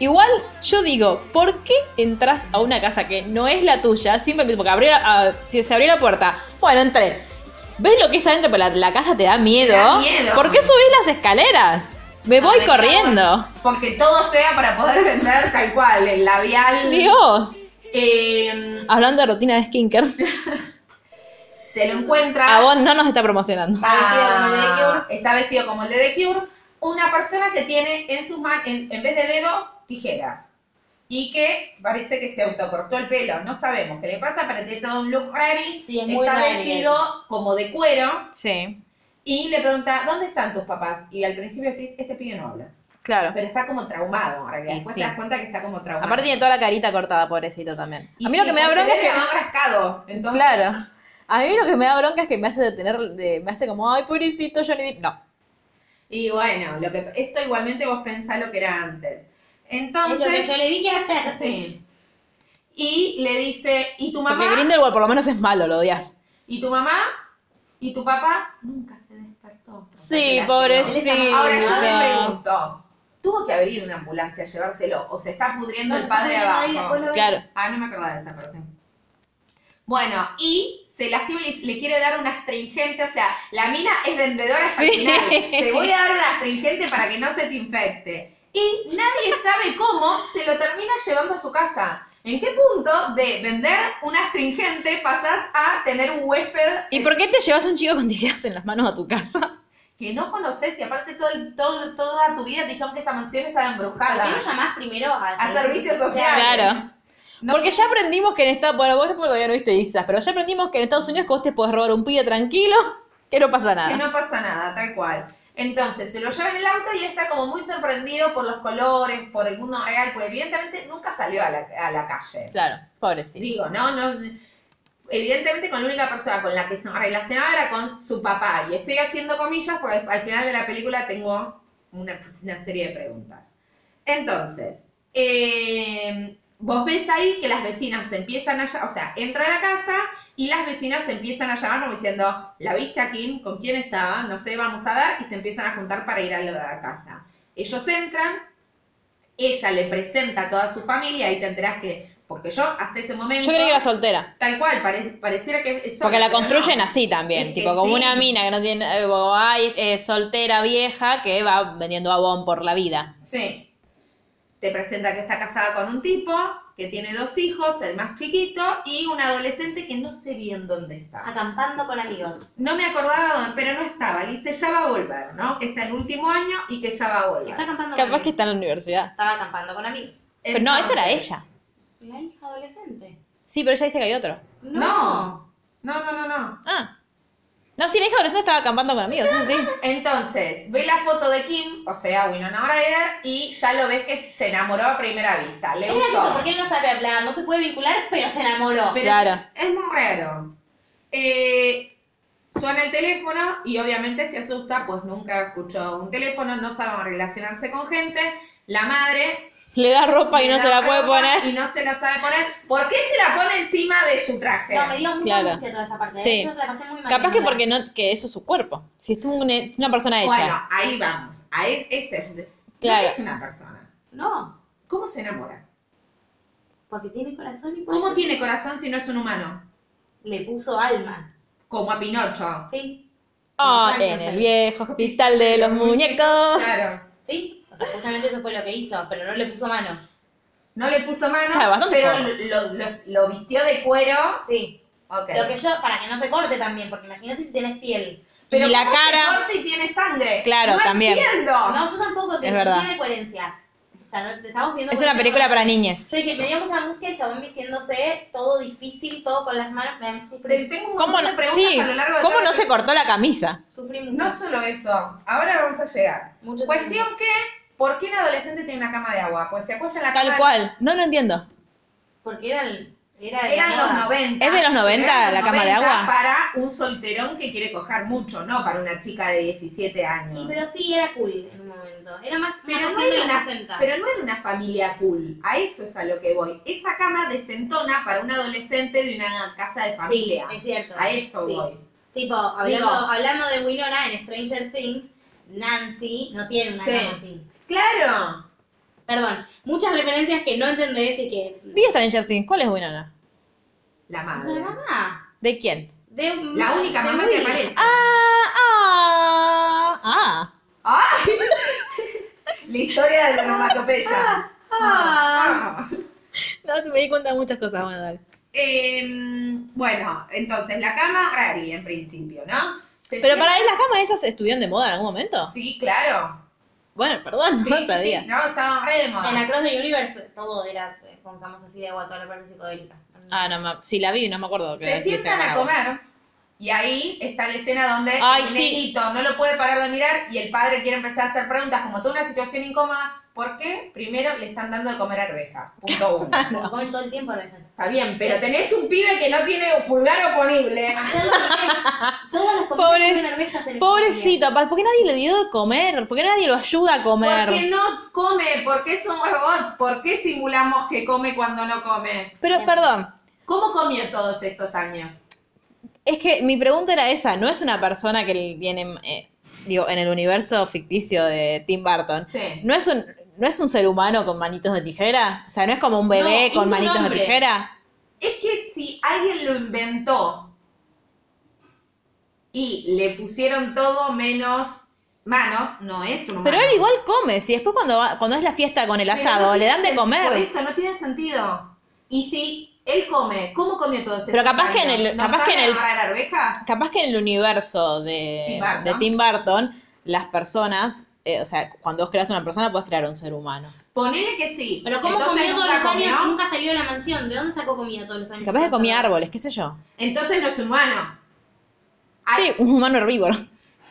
Speaker 1: Igual, yo digo, ¿por qué entras a una casa que no es la tuya? Simplemente porque abriera, ah, si se abrió la puerta. Bueno, entré. ¿Ves lo que es adentro? Pero la, la casa te da miedo.
Speaker 3: da miedo.
Speaker 1: ¿Por qué subís las escaleras? Me voy
Speaker 2: Ah, me cago en-
Speaker 1: corriendo.
Speaker 3: Porque todo sea para poder vender tal cual, el labial.
Speaker 1: Dios.
Speaker 3: Eh,
Speaker 1: Hablando de rutina de skinker,
Speaker 3: se lo encuentra.
Speaker 1: a vos no nos está promocionando.
Speaker 3: Está vestido como el de The
Speaker 2: Ah.
Speaker 3: Cure. Está vestido como el de The Cure. Una persona que tiene en sus manos, en, en vez de dedos, tijeras. Y que parece que se autocortó el pelo. No sabemos qué le pasa, pero tiene todo un look rari.
Speaker 2: Sí, es muy
Speaker 3: está
Speaker 2: rari.
Speaker 3: vestido como de cuero.
Speaker 1: Sí,
Speaker 3: Y le pregunta, ¿dónde están tus papás? Y al principio decís, este pibe no habla.
Speaker 1: claro.
Speaker 3: Pero está como traumado. Ahora que
Speaker 1: Y
Speaker 3: después
Speaker 1: sí.
Speaker 3: te das cuenta que está como traumado.
Speaker 1: Aparte tiene toda la carita cortada, pobrecito también.
Speaker 3: Y
Speaker 1: a mí
Speaker 3: sí,
Speaker 1: lo que me da
Speaker 3: como se
Speaker 1: bronca es
Speaker 3: ve
Speaker 1: que...
Speaker 3: más rascado. Entonces,
Speaker 1: Claro. A mí lo que me da bronca es que me hace detener, de- me hace como, ay, pobrecito Johnny Depp. No.
Speaker 3: Y bueno, lo que, esto igualmente vos pensás lo que era antes.
Speaker 2: es lo que
Speaker 3: Entonces,
Speaker 2: yo le dije ayer.
Speaker 3: Sí. Y le dice, ¿y tu
Speaker 1: Porque
Speaker 3: mamá?
Speaker 1: Grindelwald por lo menos es malo, lo odias.
Speaker 3: ¿Y tu mamá? ¿Y tu papá? Nunca se despertó.
Speaker 1: Sí,
Speaker 3: Lástima.
Speaker 1: pobrecito.
Speaker 3: Ahora yo me pregunto, ¿tuvo que haber ido una ambulancia a llevárselo? ¿O se está pudriendo el padre
Speaker 2: Ay, después
Speaker 3: abajo?
Speaker 2: lo ves.
Speaker 1: Claro.
Speaker 3: Ah, no me acordaba de esa parte. Bueno, y se lastima y le quiere dar una astringente, o sea, la mina es vendedora hasta el
Speaker 1: Sí.
Speaker 3: final. Te voy a dar una astringente para que no se te infecte. Y nadie sabe cómo se lo termina llevando a su casa. ¿En qué punto de vender una astringente pasás a tener un huésped
Speaker 1: ¿Y por qué te llevas un chico con tijeras en las manos a tu casa?
Speaker 3: que no conoces y aparte todo, el- todo, toda tu vida te dijeron que esa mansión estaba
Speaker 2: ¿Por qué
Speaker 3: embrujada?
Speaker 2: no llamás primero a,
Speaker 3: A servicios sociales.
Speaker 1: Claro.
Speaker 3: No.
Speaker 1: Porque ya aprendimos que en Estados Bueno, vos todavía no viste Isas, pero ya aprendimos que en Estados Unidos que vos te podés robar un pibe tranquilo, que no pasa
Speaker 3: Que
Speaker 1: nada.
Speaker 3: no pasa nada, tal cual. Entonces se lo lleva en el auto y está como muy sorprendido por los colores, por el mundo real, pues evidentemente nunca salió a la, a la calle.
Speaker 1: Claro, pobrecito.
Speaker 3: Digo, no, no. Evidentemente con la única persona con la que se relacionaba era con su papá. Y estoy haciendo comillas porque al final de la película tengo una, una serie de preguntas. Entonces, eh, vos ves ahí que las vecinas se empiezan a llamar, o sea, entra a la casa y las vecinas se empiezan a llamar como diciendo, ¿la viste a Kim? ¿Con quién estaba? No sé, vamos a ver. Y se empiezan a juntar para ir a la casa. Ellos entran, ella le presenta a toda su familia, ahí te enterás que, porque yo hasta ese momento...
Speaker 1: Yo creí que era soltera.
Speaker 3: Tal cual, pare- pareciera que es
Speaker 1: Porque la
Speaker 3: pero
Speaker 1: construyen
Speaker 3: no.
Speaker 1: así también,
Speaker 3: Es que
Speaker 1: tipo como
Speaker 3: sí.
Speaker 1: una mina que no tiene, eh, como, ay, eh, soltera vieja que va vendiendo abón por la vida.
Speaker 3: Sí. Te presenta que está casada con un tipo, que tiene dos hijos, el más chiquito, y un adolescente que no sé bien dónde está.
Speaker 2: Acampando con amigos.
Speaker 3: No me acordaba dónde, pero no estaba. Le dice, ya va a volver, ¿no? Que está en último año y que ya va a volver.
Speaker 2: Está acampando con
Speaker 1: Capaz
Speaker 2: amigos.
Speaker 1: que está en la universidad.
Speaker 2: Estaba acampando con amigos.
Speaker 1: Pero no, eso era
Speaker 3: Entonces-
Speaker 1: ella.
Speaker 2: La hija adolescente.
Speaker 1: Sí, pero ella dice que hay otro.
Speaker 3: No. No, no, no, no.
Speaker 1: Ah. No, sí, la hija adolescente estaba acampando con amigos, eso sí.
Speaker 3: Entonces, ve la foto de Kim, o sea, Winona Ryder, y ya lo ves que se enamoró a primera vista. Le
Speaker 2: Es
Speaker 3: gustó.
Speaker 2: gracioso porque él no sabe hablar, no se puede vincular, pero se enamoró.
Speaker 3: Pero
Speaker 1: Claro.
Speaker 3: Es muy raro. Eh, suena el teléfono y obviamente se asusta, pues nunca escuchó un teléfono, no sabe relacionarse con gente. La madre
Speaker 1: Le da ropa y no
Speaker 3: Le
Speaker 1: se
Speaker 3: da
Speaker 1: la puede
Speaker 3: ropa
Speaker 1: poner.
Speaker 3: Y no se la sabe poner. ¿Por qué se la pone encima de su traje?
Speaker 2: No, me dio mucha
Speaker 1: Claro.
Speaker 2: angustia toda esa parte.
Speaker 1: Sí.
Speaker 2: Yo la pasé muy mal.
Speaker 1: Capaz que porque no, que eso es su cuerpo. Si es un- es una persona hecha.
Speaker 3: Bueno, ahí vamos. Ahí, ese es.
Speaker 1: Claro.
Speaker 3: No es una persona.
Speaker 2: No,
Speaker 3: ¿Cómo se enamora?
Speaker 2: porque tiene corazón y puede
Speaker 3: ¿Cómo
Speaker 2: ser.
Speaker 3: tiene corazón si no es un humano?
Speaker 2: Le puso alma.
Speaker 3: Como a Pinocho.
Speaker 2: Sí,
Speaker 1: Oh,
Speaker 2: Exacto,
Speaker 1: en el
Speaker 2: sí.
Speaker 1: viejo hospital de los muñecos.
Speaker 3: Claro.
Speaker 2: sí. O sea, justamente eso fue lo que hizo, pero no le puso mano.
Speaker 3: No le puso mano,
Speaker 1: Claro, bastante
Speaker 3: pero
Speaker 1: joven.
Speaker 3: lo, lo- lo vistió de cuero.
Speaker 2: Sí.
Speaker 3: Ok.
Speaker 2: Lo que yo, para que no se corte también, porque imagínate si tenés piel.
Speaker 3: Pero
Speaker 1: y la
Speaker 3: ¿cómo se
Speaker 1: cara-
Speaker 3: corta y tiene sangre.
Speaker 1: Claro,
Speaker 3: no
Speaker 1: también.
Speaker 3: Entiendo.
Speaker 2: No, yo tampoco, que
Speaker 1: verdad.
Speaker 2: tiene coherencia. O sea, no- te estamos viendo.
Speaker 1: Es una película para niñas.
Speaker 2: Yo dije, me dio mucha angustia el chabón vistiéndose todo difícil, todo con las manos. Me
Speaker 3: Pero
Speaker 2: sufrí,
Speaker 3: tengo un
Speaker 1: ¿Cómo
Speaker 3: montón
Speaker 1: no,
Speaker 3: de preguntas
Speaker 1: sí,
Speaker 3: a lo largo de
Speaker 1: ¿cómo
Speaker 3: todo
Speaker 1: no
Speaker 3: el-
Speaker 1: se cortó la camisa?
Speaker 2: sufrí mucho.
Speaker 3: No solo eso. Ahora vamos a llegar.
Speaker 2: Mucho
Speaker 3: Cuestión
Speaker 2: sufrimiento.
Speaker 3: que, ¿por qué un adolescente tiene una cama de agua? Pues se acuesta en la
Speaker 1: Tal
Speaker 3: cama.
Speaker 1: cual. No lo entiendo.
Speaker 2: Porque era, el, era de la
Speaker 3: Eran los
Speaker 2: moda.
Speaker 3: 90.
Speaker 1: ¿Es de los 90
Speaker 3: Eran
Speaker 1: la cama de
Speaker 3: 90
Speaker 1: agua?
Speaker 3: Para un solterón que quiere cojar mucho, no para una chica de 17 años.
Speaker 2: Y pero sí, era cool en un momento. Era más
Speaker 3: Pero
Speaker 2: más
Speaker 3: no
Speaker 2: cuestión de los
Speaker 3: era una-
Speaker 2: 60.
Speaker 3: Pero no era una familia cool, a eso es a lo que voy. Esa cama desentona para un adolescente de una casa de
Speaker 2: Sí,
Speaker 3: familia.
Speaker 2: es cierto.
Speaker 3: a eso
Speaker 2: Sí.
Speaker 3: voy.
Speaker 2: Tipo, hablando,
Speaker 3: Digo-
Speaker 2: hablando de Winona en Stranger Things, Nancy no tiene una
Speaker 3: Sí.
Speaker 2: cama así.
Speaker 3: Claro.
Speaker 2: Perdón, muchas referencias que no entendés y que...
Speaker 1: Vi Stranger Things. ¿Cuál es Winona?
Speaker 3: La madre.
Speaker 2: La mamá.
Speaker 1: ¿De quién?
Speaker 2: De,
Speaker 3: La única
Speaker 2: de
Speaker 3: mamá
Speaker 2: Will.
Speaker 3: que aparece.
Speaker 1: Ah, ah, ah.
Speaker 3: ¡Ay! la historia de la onomatopeya.
Speaker 2: ah,
Speaker 3: Ah.
Speaker 1: No, me di cuenta de muchas cosas. Bueno, dale.
Speaker 3: Em, bueno, entonces la cama rari en principio, ¿no? Se
Speaker 1: Pero para
Speaker 3: sienta-
Speaker 1: ahí las camas esas estuvieron de moda en algún momento.
Speaker 3: Sí, claro.
Speaker 1: Bueno, perdón,
Speaker 3: Sí,
Speaker 1: no
Speaker 3: sí,
Speaker 1: sabía.
Speaker 3: sí, no, estaba re de moda.
Speaker 2: En Across the Universe todo era eh, con camas así de agua, toda la parte psicodélica.
Speaker 1: Ah, no me, sí la vi, no me acuerdo. Que
Speaker 3: se
Speaker 1: sí
Speaker 3: sientan a
Speaker 1: llamaba.
Speaker 3: comer y ahí está la escena donde
Speaker 1: Ay,
Speaker 3: el
Speaker 1: sí.
Speaker 3: nenito no lo puede parar de mirar y el padre quiere empezar a hacer preguntas como toda una situación incómoda. ¿Por qué? Primero le están dando de comer arvejas. Punto uno.
Speaker 2: Porque comen todo el tiempo arvejas.
Speaker 3: Está bien, pero tenés un pibe que no tiene pulgar oponible.
Speaker 2: Todas las comidas
Speaker 1: Pobres-
Speaker 2: comen arvejas en el
Speaker 1: Pobrecito, aparte, ¿por qué nadie le dio de comer? ¿Por qué nadie lo ayuda a comer?
Speaker 3: Porque no come, porque es un robot, ¿por qué simulamos que come cuando no come?
Speaker 1: Pero perdón,
Speaker 3: ¿Cómo comió todos estos años?
Speaker 1: es que mi pregunta era esa, no es una persona que viene, eh, digo, en el universo ficticio de Tim Burton.
Speaker 3: Sí.
Speaker 1: ¿No es un, no es un ser humano con manitos de tijera? O sea, ¿no es como un bebé
Speaker 3: No, es
Speaker 1: con
Speaker 3: un
Speaker 1: manitos de
Speaker 3: hombre.
Speaker 1: tijera?
Speaker 3: Es que si alguien lo inventó y le pusieron todo menos manos, no es un humano.
Speaker 1: Pero él igual come, si después cuando, va- cuando es la fiesta con el
Speaker 3: Pero no pues.
Speaker 1: asado, le
Speaker 3: tiene
Speaker 1: dan de
Speaker 3: sen- Por
Speaker 1: comer.
Speaker 3: eso no tiene sentido. Y si él come, ¿cómo comió todo ese
Speaker 1: Pero capaz que en el- capaz que en el-
Speaker 3: arvejas?
Speaker 1: Capaz que en el universo de
Speaker 3: Tim Burton.
Speaker 1: de Tim Burton, las personas, eh, o sea, cuando vos creas una persona, puedes crear un ser humano.
Speaker 3: Ponele que sí.
Speaker 2: Pero ¿cómo
Speaker 3: Entonces
Speaker 2: comió todos
Speaker 3: nunca
Speaker 2: los años?
Speaker 3: comió,
Speaker 2: Nunca salió de la mansión. ¿De dónde sacó comida todos los años?
Speaker 1: Capaz que comía árboles, qué sé yo.
Speaker 3: Entonces no es humano. Ay,
Speaker 1: Sí, un humano herbívoro.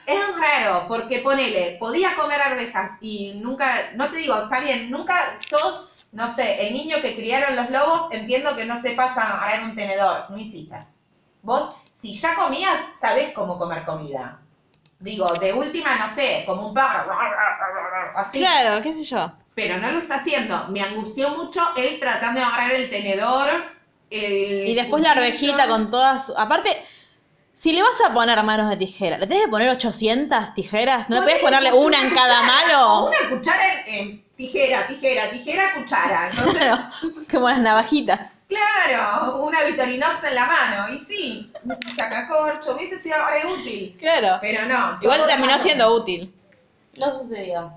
Speaker 3: Es raro, porque ponele, podía comer arvejas y nunca, no te digo, está bien, nunca sos, no sé, el niño que criaron los lobos, entiendo que no sepas agarrar un tenedor, no hicitas. Vos, si ya comías, sabés cómo comer comida. Digo, de última, no sé, como un pájaro, así.
Speaker 1: Claro, qué sé yo.
Speaker 3: Pero no lo está haciendo. Me angustió mucho él tratando de agarrar el tenedor. el
Speaker 1: Y después la
Speaker 3: cuchillo.
Speaker 1: arvejita con todas. Aparte, si le vas a poner manos de tijera, ¿le tenés que poner 800 tijeras? ¿No le podías ponerle una en cada
Speaker 3: O
Speaker 1: mano?
Speaker 3: una cuchara en, en tijera, tijera, tijera, cuchara. Entonces,
Speaker 1: Claro, como las navajitas.
Speaker 3: Claro, una Vitorinox en la mano, y sí, un sacacorcho, hubiese sido re útil,
Speaker 1: Claro.
Speaker 3: pero no.
Speaker 1: Igual
Speaker 3: todo
Speaker 1: terminó
Speaker 3: mal.
Speaker 1: siendo útil.
Speaker 2: No sucedió.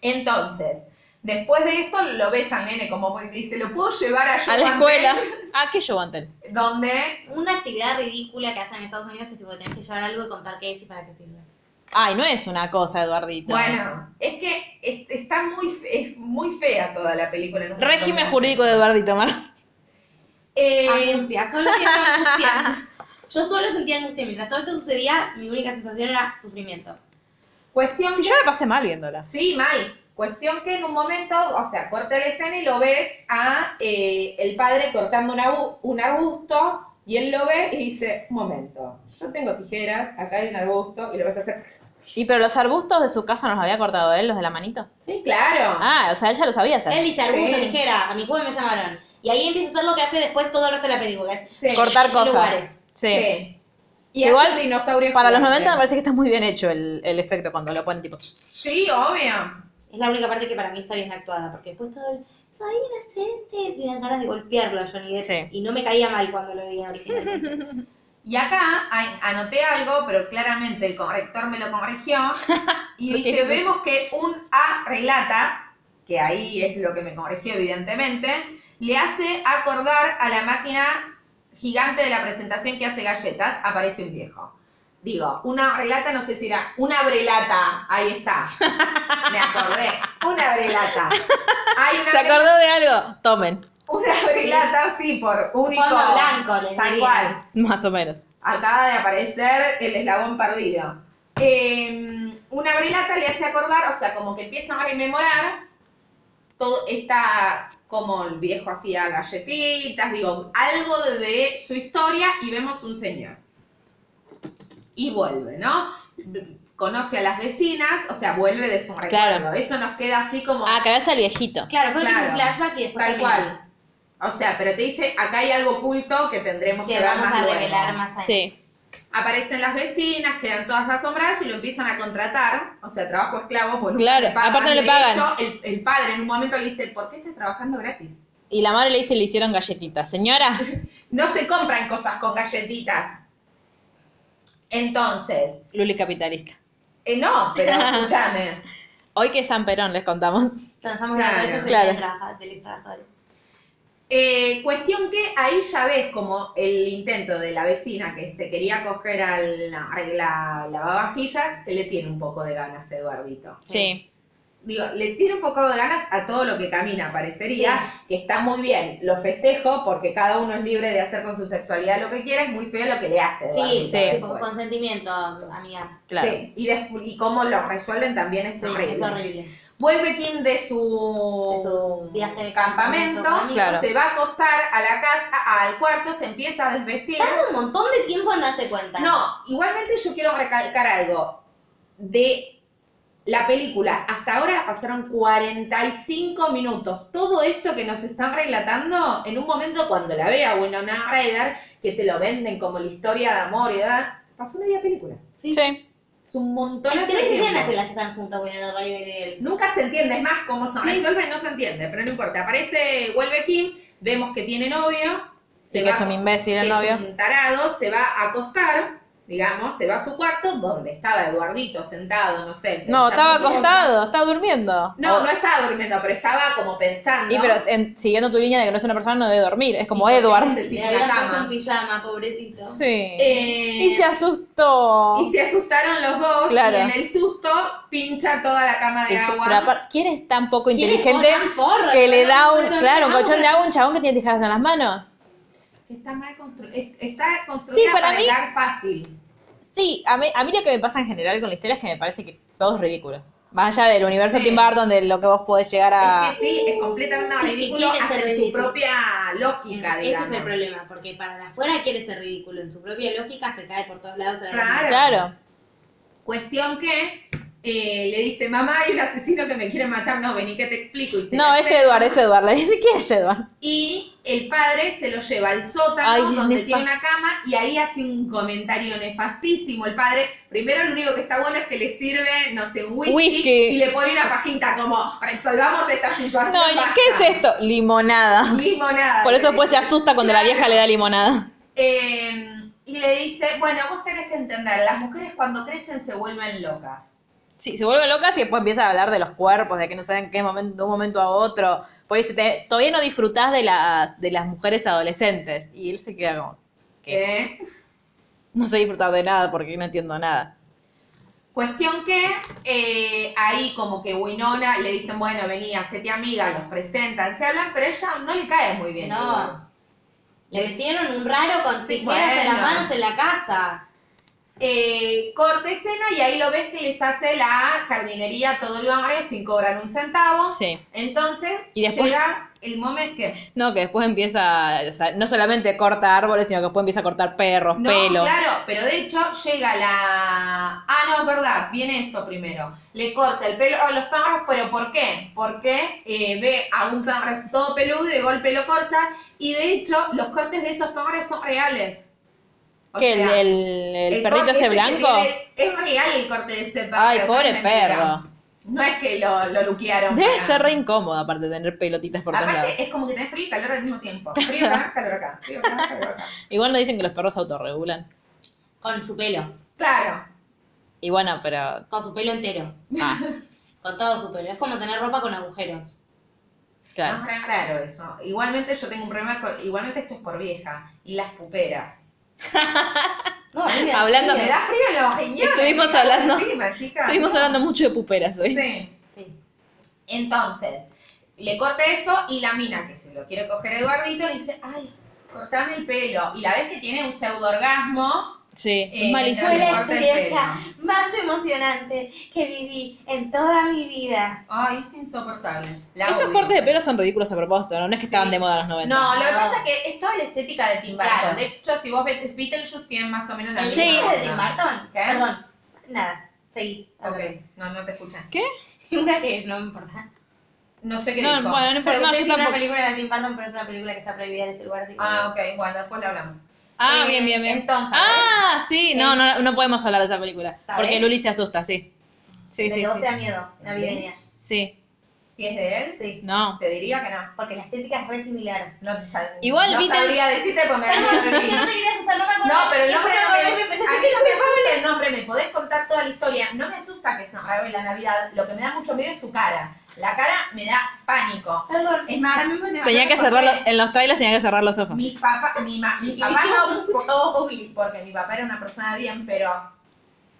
Speaker 3: Entonces, después de esto lo ves al nene, como dice, lo puedo llevar a,
Speaker 1: A la
Speaker 3: Yupantel,
Speaker 1: escuela. ¿A qué yo antes?
Speaker 3: Donde,
Speaker 2: Una actividad ridícula que hacen en Estados Unidos que tipo, tenés que llevar algo y contar qué es y para qué sirve.
Speaker 1: Ay, no es una cosa, Eduardito.
Speaker 3: bueno, es que es- está muy, fe- es muy fea toda la película. en un montón
Speaker 1: Régimen
Speaker 3: de-
Speaker 1: jurídico de Eduardito, Mar.
Speaker 3: Eh,
Speaker 2: angustia, solo siento angustia. Yo solo sentía angustia. Mientras todo esto sucedía, mi única sensación era sufrimiento.
Speaker 3: cuestión
Speaker 1: Si
Speaker 3: que-
Speaker 1: yo la pasé mal viéndolas.
Speaker 3: Sí, mal. Cuestión que en un momento, o sea, corta la escena y lo ves a eh, el padre cortando un, abu- un arbusto y él lo ve y dice, un momento, yo tengo tijeras, acá hay un arbusto y lo vas a hacer
Speaker 1: Y pero los arbustos de su casa nos los había cortado él, los de la manito.
Speaker 3: Sí, claro.
Speaker 1: Ah, o sea, él ya lo sabía hacer.
Speaker 2: Él dice, arbusto,
Speaker 3: Sí.
Speaker 2: ligera, a mi juez me llamaron. Y ahí empieza a hacer lo que hace después todo el resto de la película. es
Speaker 3: Sí.
Speaker 1: Cortar
Speaker 2: y
Speaker 1: cosas.
Speaker 2: lugares.
Speaker 1: Sí.
Speaker 3: Sí. Y
Speaker 1: Igual,
Speaker 3: Igual, un dinosaurio
Speaker 1: Para los 90 me
Speaker 3: gigante.
Speaker 1: parece que está muy bien hecho el, el efecto cuando lo ponen tipo...
Speaker 3: Sí, obvio.
Speaker 2: Es la única parte que para mí está bien actuada, porque después todo el... Soy inocente, tenían ganas de golpearlo a Johnny Depp.
Speaker 1: Sí.
Speaker 2: Y no me caía mal cuando lo veía originalmente.
Speaker 3: Y acá ay, anoté algo, pero claramente el corrector me lo corrigió. Y
Speaker 1: ¿Por qué
Speaker 3: dice,
Speaker 1: es eso?
Speaker 3: vemos que un A relata, que ahí es lo que me corrigió evidentemente, le hace acordar a la máquina gigante de la presentación que hace galletas, aparece un viejo. Digo, una relata, no sé si era una brelata, ahí está. Me acordé, una brelata. Hay una
Speaker 1: ¿Se
Speaker 3: bre-
Speaker 1: acordó de algo? Tomen,
Speaker 3: Una brelata, sí, por único.
Speaker 2: Fondo blanco, les
Speaker 3: Tal
Speaker 2: diría.
Speaker 3: cual.
Speaker 1: más o menos.
Speaker 3: Acaba de aparecer el eslabón perdido. Eh, una brilata le hace acordar, o sea, como que empiezan a rememorar todo esta, como el viejo hacía galletitas, digo, algo de su historia y vemos un señor. Y vuelve, ¿no? Conoce a las vecinas, o sea, vuelve de su recuerdo. Eso nos queda así como
Speaker 1: Ah, cabeza el viejito.
Speaker 2: Claro, fue
Speaker 3: Claro.
Speaker 2: tipo un flashback y después...
Speaker 3: tal
Speaker 2: terminó.
Speaker 3: cual. O sea, pero te dice, acá hay algo oculto que tendremos que,
Speaker 2: Que
Speaker 3: ver
Speaker 2: vamos
Speaker 3: más
Speaker 2: a
Speaker 3: luego.
Speaker 2: revelar más adelante.
Speaker 1: Sí.
Speaker 3: Aparecen las vecinas, quedan todas asombradas y lo empiezan a contratar. O sea, trabajo esclavo, pues nunca
Speaker 1: Claro, aparte no le
Speaker 3: De
Speaker 1: pagan.
Speaker 3: hecho, el, el padre en un momento le dice, ¿por qué estás trabajando gratis?
Speaker 1: Y la madre le dice, le hicieron galletitas. Señora,
Speaker 3: No se compran cosas con galletitas. Entonces,
Speaker 1: Luli capitalista.
Speaker 3: eh, no, pero escúchame.
Speaker 1: Hoy que es San Perón, les contamos.
Speaker 2: Pensamos
Speaker 3: Claro.
Speaker 2: en la noche
Speaker 1: Claro.
Speaker 2: de trabaja- de los trabajadores.
Speaker 3: Eh, cuestión que ahí ya ves como el intento de la vecina que se quería coger al a la lavavajillas, que le tiene un poco de ganas a Eduardito.
Speaker 1: Sí.
Speaker 3: Digo, le tiene un poco de ganas a todo lo que camina, parecería, que está muy bien. Lo festejo porque cada uno es libre de hacer con su sexualidad lo que quiera, es muy feo lo que le hace.
Speaker 2: Sí,
Speaker 3: Eduardito
Speaker 1: sí.
Speaker 3: después.
Speaker 2: tipo, consentimiento, amiga.
Speaker 1: Claro.
Speaker 3: Sí, Y, despu- y cómo lo resuelven también es
Speaker 2: Sí,
Speaker 3: horrible.
Speaker 2: es horrible.
Speaker 3: Vuelve Kim de su,
Speaker 2: De su viaje de
Speaker 3: campamento,
Speaker 2: campamento,
Speaker 1: Claro.
Speaker 3: se va a acostar a la casa, al cuarto, se empieza a desvestir.
Speaker 2: Tarda un montón de tiempo en darse cuenta.
Speaker 3: No, igualmente yo quiero recalcar algo. De la película, hasta ahora pasaron 45 minutos. Todo esto que nos están relatando, en un momento cuando la vea Winona Ryder, que te lo venden como la historia de amor y edad, pasó media película.
Speaker 1: Sí.
Speaker 3: Es un montón
Speaker 2: Hay
Speaker 3: de
Speaker 2: tres
Speaker 3: tiempo.
Speaker 2: escenas en las que están juntos, Winona Ryder y él.
Speaker 3: Nunca se entiende, es más, cómo se
Speaker 2: Sí.
Speaker 3: resuelve no se entiende, pero no importa. Aparece, vuelve Kim, vemos que tiene novio. se
Speaker 1: Sí, que
Speaker 3: va
Speaker 1: es un imbécil el
Speaker 3: que
Speaker 1: novio.
Speaker 3: es un tarado, se va a acostar, digamos, se va a su cuarto, donde estaba Eduardito sentado, no sé.
Speaker 1: No,
Speaker 3: pensando
Speaker 1: estaba
Speaker 3: en cosas.
Speaker 1: acostado, estaba durmiendo.
Speaker 3: No,
Speaker 1: O-
Speaker 3: no estaba durmiendo, pero estaba como pensando.
Speaker 1: Y pero en- siguiendo tu línea de que no es una persona, no debe dormir. Es como Edward.
Speaker 3: Entonces,
Speaker 2: Le
Speaker 3: sin
Speaker 2: habían
Speaker 3: la
Speaker 2: puesto un
Speaker 3: cama.
Speaker 2: pijama, pobrecito.
Speaker 1: Sí.
Speaker 3: Eh,
Speaker 1: y se asustó.
Speaker 3: y se asustaron los dos,
Speaker 1: Claro.
Speaker 3: y en el susto pincha toda la cama de
Speaker 1: Y su-
Speaker 3: agua.
Speaker 1: pero aparte, ¿Quién es tan poco
Speaker 2: ¿Quién es
Speaker 1: inteligente
Speaker 2: tan forro?
Speaker 1: que le
Speaker 2: Tiene
Speaker 1: da un,
Speaker 2: colchón de
Speaker 1: claro, un colchón de
Speaker 2: agua.
Speaker 1: agua a un chabón que tiene tijeras en las manos?
Speaker 3: Está mal construida. Está construida
Speaker 1: Sí, para mí-
Speaker 3: dar fácil.
Speaker 1: Sí, a mí, a mí lo que me pasa en general con la historia es que me parece que todo es ridículo. Más allá del universo
Speaker 3: Sí.
Speaker 1: Tim Burton, de lo que vos podés llegar a...
Speaker 3: Es que sí, es completamente
Speaker 2: que
Speaker 3: ridículo
Speaker 2: quiere ser
Speaker 3: hasta en su
Speaker 2: ridículo.
Speaker 3: propia lógica,
Speaker 2: Ese
Speaker 3: digamos.
Speaker 2: es el problema, porque para de afuera quiere ser ridículo. En su propia lógica se cae por todos lados. a la
Speaker 3: Claro.
Speaker 1: Claro.
Speaker 3: Cuestión que eh, le dice, mamá, hay un asesino que me quiere matar. No, vení que te explico. Y se
Speaker 1: No,
Speaker 3: la
Speaker 1: es
Speaker 3: lleva.
Speaker 1: Eduard, es Eduard. Le dice, ¿quién es Eduard?
Speaker 3: Y el padre se lo lleva al sótano
Speaker 1: Ay, es
Speaker 3: donde
Speaker 1: nefa-
Speaker 3: tiene una cama y ahí hace un comentario nefastísimo. El padre, primero lo único que está bueno es que le sirve, no sé, un whisky,
Speaker 1: Whisky.
Speaker 3: y le pone una pajita como, resolvamos esta situación.
Speaker 1: No, y-
Speaker 3: basta".
Speaker 1: ¿qué es esto? Limonada.
Speaker 3: Limonada.
Speaker 1: Por eso después se asusta cuando la vieja le da limonada.
Speaker 3: Eh, y le dice, bueno, vos tenés que entender, las mujeres cuando crecen se vuelven locas.
Speaker 1: Sí, se vuelven locas y después empieza a hablar de los cuerpos, de que no saben qué momento, de un momento a otro. Por eso te- todavía no disfrutás de, las de las mujeres adolescentes. Y él se queda como, ¿qué?
Speaker 3: ¿Eh?
Speaker 1: No sé disfrutar de nada porque no entiendo nada.
Speaker 3: Cuestión que eh, ahí como que Winona le dicen, bueno, vení, hacete amiga, los presentan, se hablan, pero ella no le cae muy bien.
Speaker 2: No. Le metieron un raro con
Speaker 3: Sí,
Speaker 2: tijeras en las
Speaker 3: bueno.
Speaker 2: manos en la casa.
Speaker 3: Eh, corta escena y ahí lo ves que les hace la jardinería todo el barrio sin cobrar un centavo.
Speaker 1: Sí.
Speaker 3: Entonces
Speaker 1: Y después-
Speaker 3: llega el momento que...
Speaker 1: No, que después empieza, o sea, no solamente corta árboles, sino que después empieza a cortar perros,
Speaker 3: No,
Speaker 1: pelo.
Speaker 3: claro, pero de hecho llega la ah, no, es verdad, viene eso primero. Le corta el pelo a los pájaros, pero ¿por qué? Porque eh, ve a un pájaro todo peludo y de golpe lo corta. Y de hecho, los cortes de esos pájaros son reales. O
Speaker 1: ¿Qué? ¿El,
Speaker 3: sea,
Speaker 1: el- el
Speaker 3: el
Speaker 1: perrito
Speaker 3: corte
Speaker 1: ese
Speaker 3: que
Speaker 1: blanco?
Speaker 3: tiene- es real el corte de ese pájaro.
Speaker 1: Ay,
Speaker 3: no
Speaker 1: pobre
Speaker 3: es mentira.
Speaker 1: perro.
Speaker 3: No es que lo, lo luquearon.
Speaker 1: Debe
Speaker 3: para-
Speaker 1: ser re incómodo, aparte, tener pelotitas por todos lados.
Speaker 3: Aparte, es como que tenés frío y calor al mismo tiempo. Frío acá, calor acá. Frío acá, calor acá.
Speaker 1: Igual no dicen que los perros se autorregulan.
Speaker 2: Con su pelo,
Speaker 3: Claro.
Speaker 1: Y bueno, pero.
Speaker 2: con su pelo entero,
Speaker 1: Ah,
Speaker 2: con todo su pelo. Es como tener ropa con agujeros.
Speaker 3: No
Speaker 1: claro.
Speaker 3: es re raro eso. Igualmente yo tengo un problema con... Igualmente esto es por vieja. Y las puperas. No, a mí me da
Speaker 1: Hablando-
Speaker 3: frío, me da frío los riñones.
Speaker 1: Estuvimos
Speaker 3: me cago
Speaker 1: hablando-
Speaker 3: Encima, chica.
Speaker 1: Estuvimos hablando mucho de puperas hoy.
Speaker 3: Sí.
Speaker 2: Sí.
Speaker 3: Entonces, le corta eso y la mina que se lo quiere coger a Eduardito le dice, ay, cortame el pelo. Y la vez que tiene un pseudo orgasmo,
Speaker 1: Sí,
Speaker 3: Eh,
Speaker 1: es malísimo.
Speaker 3: Fue la Corta el experiencia
Speaker 2: más emocionante que viví en toda mi vida.
Speaker 3: ay, es insoportable. La
Speaker 1: Esos
Speaker 3: odio.
Speaker 1: cortes de pelo son ridículos a propósito, ¿no? No es que estaban de moda en los 90.
Speaker 3: No, lo que
Speaker 2: No.
Speaker 3: pasa es que es toda la estética de Tim Burton.
Speaker 2: Claro.
Speaker 3: De hecho, si vos ves Beetlejuice, tienen más o menos la
Speaker 2: ¿El
Speaker 3: misma
Speaker 2: sí. de
Speaker 3: onda.
Speaker 2: Tim Burton?
Speaker 3: ¿Qué?
Speaker 2: Perdón, nada, seguí.
Speaker 3: Ah. Ok, no, no te escuchan.
Speaker 2: Una que no me importa.
Speaker 3: No sé qué
Speaker 1: No,
Speaker 3: dijo.
Speaker 1: bueno, no importa.
Speaker 2: Pero
Speaker 1: No,
Speaker 2: usted
Speaker 1: yo
Speaker 2: es una
Speaker 1: tampoco.
Speaker 2: película de Tim Burton, pero es una película que está prohibida en este lugar. Así que
Speaker 3: Ah, ok, bueno, después lo hablamos.
Speaker 1: Ah,
Speaker 3: Eh,
Speaker 1: bien, bien, bien.
Speaker 3: entonces, Eh.
Speaker 1: ah, sí, no, no, no podemos hablar de esa película.
Speaker 2: ¿Sabés?
Speaker 1: Porque Luli se asusta, sí. Sí,
Speaker 2: de
Speaker 1: sí,
Speaker 2: que vos
Speaker 1: sí.
Speaker 2: te da miedo, navideña.
Speaker 1: Sí,
Speaker 3: Si es de él,
Speaker 2: Sí.
Speaker 1: no.
Speaker 3: te diría que no.
Speaker 2: Porque la estética es re similar.
Speaker 3: No, te sab-
Speaker 1: Igual
Speaker 3: no
Speaker 1: Beetlejuice-
Speaker 3: sabría decirte porque me da miedo el
Speaker 2: no
Speaker 3: nombre.
Speaker 2: te quería asustar, no me acordé.
Speaker 3: No, pero el
Speaker 2: Y
Speaker 3: nombre
Speaker 2: cuando
Speaker 3: no me...
Speaker 2: me empecé a
Speaker 3: A mí
Speaker 2: decir,
Speaker 3: no me asusta el nombre, me podés contar toda la historia. No me asusta que se enrave la Navidad. Lo que me da mucho miedo es su cara. La cara me da pánico.
Speaker 2: Perdón.
Speaker 3: Es más,
Speaker 1: Tenía que cerrar, los- en los trailers tenía que cerrar los ojos.
Speaker 3: Mi papá, mi, ma- mi
Speaker 2: Y
Speaker 3: papá
Speaker 2: hicimos
Speaker 3: no, porque, porque mi papá era una persona bien, pero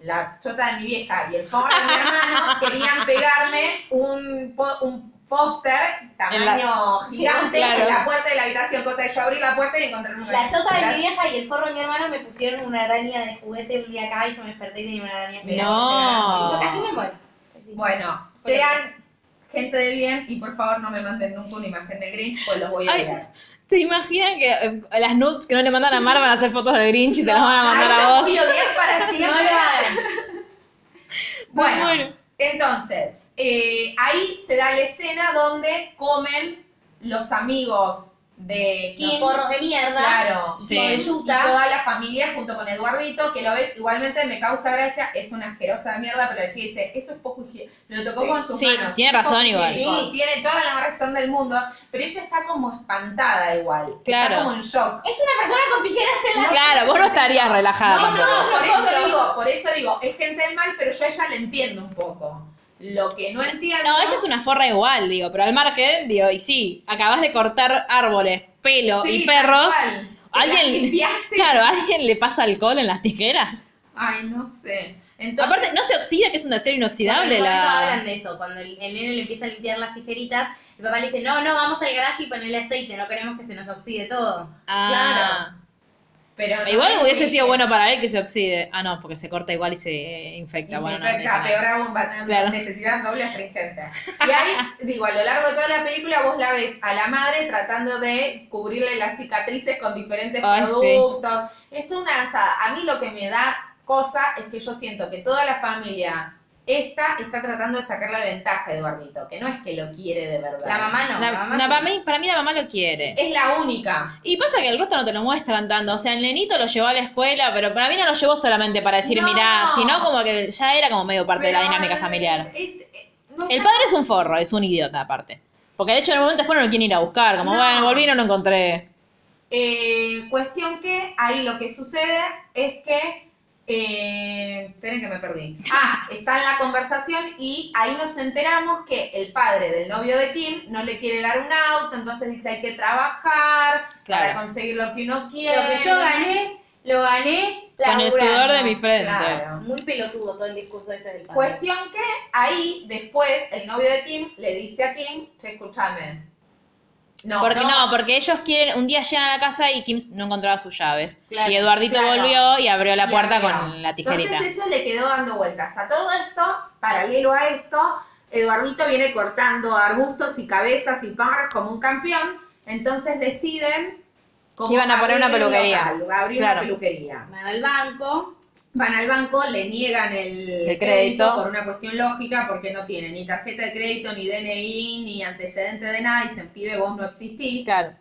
Speaker 3: la chota de mi vieja y el forro de mi hermano querían pegarme un, po- un póster
Speaker 1: En la-
Speaker 3: tamaño gigante
Speaker 1: Claro.
Speaker 3: en la puerta de la habitación, cosa de yo abrir la puerta y encontrarme una-
Speaker 2: La chota de
Speaker 3: Gracias.
Speaker 2: mi vieja y el forro de mi hermano me pusieron una araña de juguete un día acá y yo me desperté y tenía una araña. pegada.
Speaker 1: No.
Speaker 2: Y Yo casi me muero. Así.
Speaker 3: Bueno, sean gente de bien y por favor no me manden nunca una imagen de Grinch, pues los voy a
Speaker 1: Ay,
Speaker 3: odiar.
Speaker 1: ¿Te imaginan que eh, las nudes que no le mandan a Mar van a hacer fotos del Grinch y te las van a mandar
Speaker 3: Ay,
Speaker 1: a
Speaker 3: los
Speaker 1: vos?
Speaker 3: voy a odiar para
Speaker 2: No lo
Speaker 3: siempre.
Speaker 2: hagan.
Speaker 3: Bueno,
Speaker 1: Bueno.
Speaker 3: entonces, eh, ahí se da la escena donde comen los amigos de
Speaker 2: Los
Speaker 3: Kim.
Speaker 2: forros de mierda.
Speaker 3: Claro,
Speaker 1: Sí.
Speaker 3: con
Speaker 2: Y
Speaker 3: Yuta. Y toda la familia junto con Eduardito, que lo ves igualmente, me causa gracia, es una asquerosa de mierda, pero la chica dice, eso es poco higiénico. Lo tocó con sus
Speaker 1: Sí,
Speaker 3: manos.
Speaker 1: tiene
Speaker 3: Es poco
Speaker 1: razón igual.
Speaker 3: higiénico. Tiene toda la razón del mundo, pero ella está como espantada igual.
Speaker 1: Claro.
Speaker 3: Está como en shock.
Speaker 2: Es una persona con tijeras en la...
Speaker 1: Claro, vos no estarías relajada.
Speaker 3: No,
Speaker 1: tampoco.
Speaker 3: no, por eso,
Speaker 2: nosotros.
Speaker 3: digo, por eso digo, es gente del mal, pero yo a ella le entiendo un poco. Lo que no entiendo.
Speaker 1: No, ella es una forra igual, digo, pero al margen, digo, y sí, acabas de cortar árboles, pelo
Speaker 3: Sí,
Speaker 1: y
Speaker 3: tal
Speaker 1: perros.
Speaker 3: cual.
Speaker 1: ¿Alguien-
Speaker 3: ¿La limpiaste?
Speaker 1: Claro, ¿a alguien le pasa alcohol en las tijeras?
Speaker 3: Ay, no sé. Entonces,
Speaker 1: Aparte, no se oxida, que es un acero inoxidable
Speaker 2: Bueno, en un momento
Speaker 1: la...
Speaker 2: hablan de eso. Cuando el, el nene le empieza a limpiar las tijeritas, el papá le dice, no, no, vamos al garaje y ponele aceite, no queremos que se nos oxide todo.
Speaker 1: Ah,
Speaker 3: pero no
Speaker 1: Igual
Speaker 3: es
Speaker 1: hubiese sido
Speaker 3: triste.
Speaker 1: bueno para él que se oxide. Ah, no, porque se corta igual y se eh,
Speaker 3: Y
Speaker 1: infecta.
Speaker 3: se
Speaker 1: bueno, no,
Speaker 3: infecta,
Speaker 1: no, no.
Speaker 3: peor aún, va a tener
Speaker 1: Claro.
Speaker 3: necesidad doble astringente. Y ahí, digo, a lo largo de toda la película vos la ves a la madre tratando de cubrirle las cicatrices con diferentes
Speaker 1: Ay, sí.
Speaker 3: productos. Esto es una asada. A mí lo que me da cosa es que yo siento que toda la familia esta está tratando de sacarle ventaja a Eduardito, que no es que lo quiere de verdad.
Speaker 2: La mamá no.
Speaker 1: La-
Speaker 2: la mamá
Speaker 1: la-
Speaker 2: sí.
Speaker 1: para, mí, para mí la mamá lo quiere.
Speaker 3: Es la única.
Speaker 1: Y pasa que el resto no te lo muestran tanto. O sea, el nenito lo llevó a la escuela, pero para mí no lo llevó solamente para decir,
Speaker 3: No.
Speaker 1: mirá, sino como que ya era como medio parte de la
Speaker 3: Pero,
Speaker 1: dinámica
Speaker 3: eh,
Speaker 1: familiar.
Speaker 3: es- eh, no
Speaker 1: El
Speaker 3: está-
Speaker 1: padre es un forro, es un idiota aparte. Porque de hecho en el momento después no lo quieren ir a buscar, como
Speaker 3: No.
Speaker 1: bueno, volví y no lo encontré.
Speaker 3: Eh, cuestión que ahí lo que sucede es que. eh, esperen que me perdí. Ah, está en la conversación y ahí nos enteramos que el padre del novio de Kim no le quiere dar un auto, entonces dice hay que trabajar para
Speaker 1: Claro.
Speaker 3: conseguir lo que uno quiere.
Speaker 2: Lo que yo gané, lo gané
Speaker 1: Con el sudor
Speaker 2: laburando.
Speaker 1: de mi frente.
Speaker 3: Claro.
Speaker 2: Muy pelotudo todo el discurso ese del padre.
Speaker 3: Cuestión que ahí después el novio de Kim le dice a Kim, che, escúchame. No,
Speaker 1: Porque no. porque ellos quieren, un día llegan a la casa y Kim no encontraba sus llaves.
Speaker 2: Claro,
Speaker 1: y Eduardito
Speaker 3: claro.
Speaker 1: volvió y abrió la
Speaker 3: Y
Speaker 1: puerta
Speaker 3: abrió.
Speaker 1: con la tijerita.
Speaker 3: Entonces eso le quedó dando vueltas. A todo esto, paralelo a esto, Eduardito viene cortando arbustos y cabezas y pájaros como un campeón. Entonces deciden... como
Speaker 1: Que iban a poner
Speaker 3: abrir
Speaker 1: una
Speaker 3: un
Speaker 1: peluquería.
Speaker 3: local, abrir
Speaker 1: Claro.
Speaker 3: una peluquería.
Speaker 2: Van al banco.
Speaker 3: Van al banco, le niegan el,
Speaker 1: El crédito.
Speaker 3: por una cuestión lógica, porque no tiene ni tarjeta de crédito, ni DNI, ni antecedente de nada, y se pide vos no existís.
Speaker 1: Claro.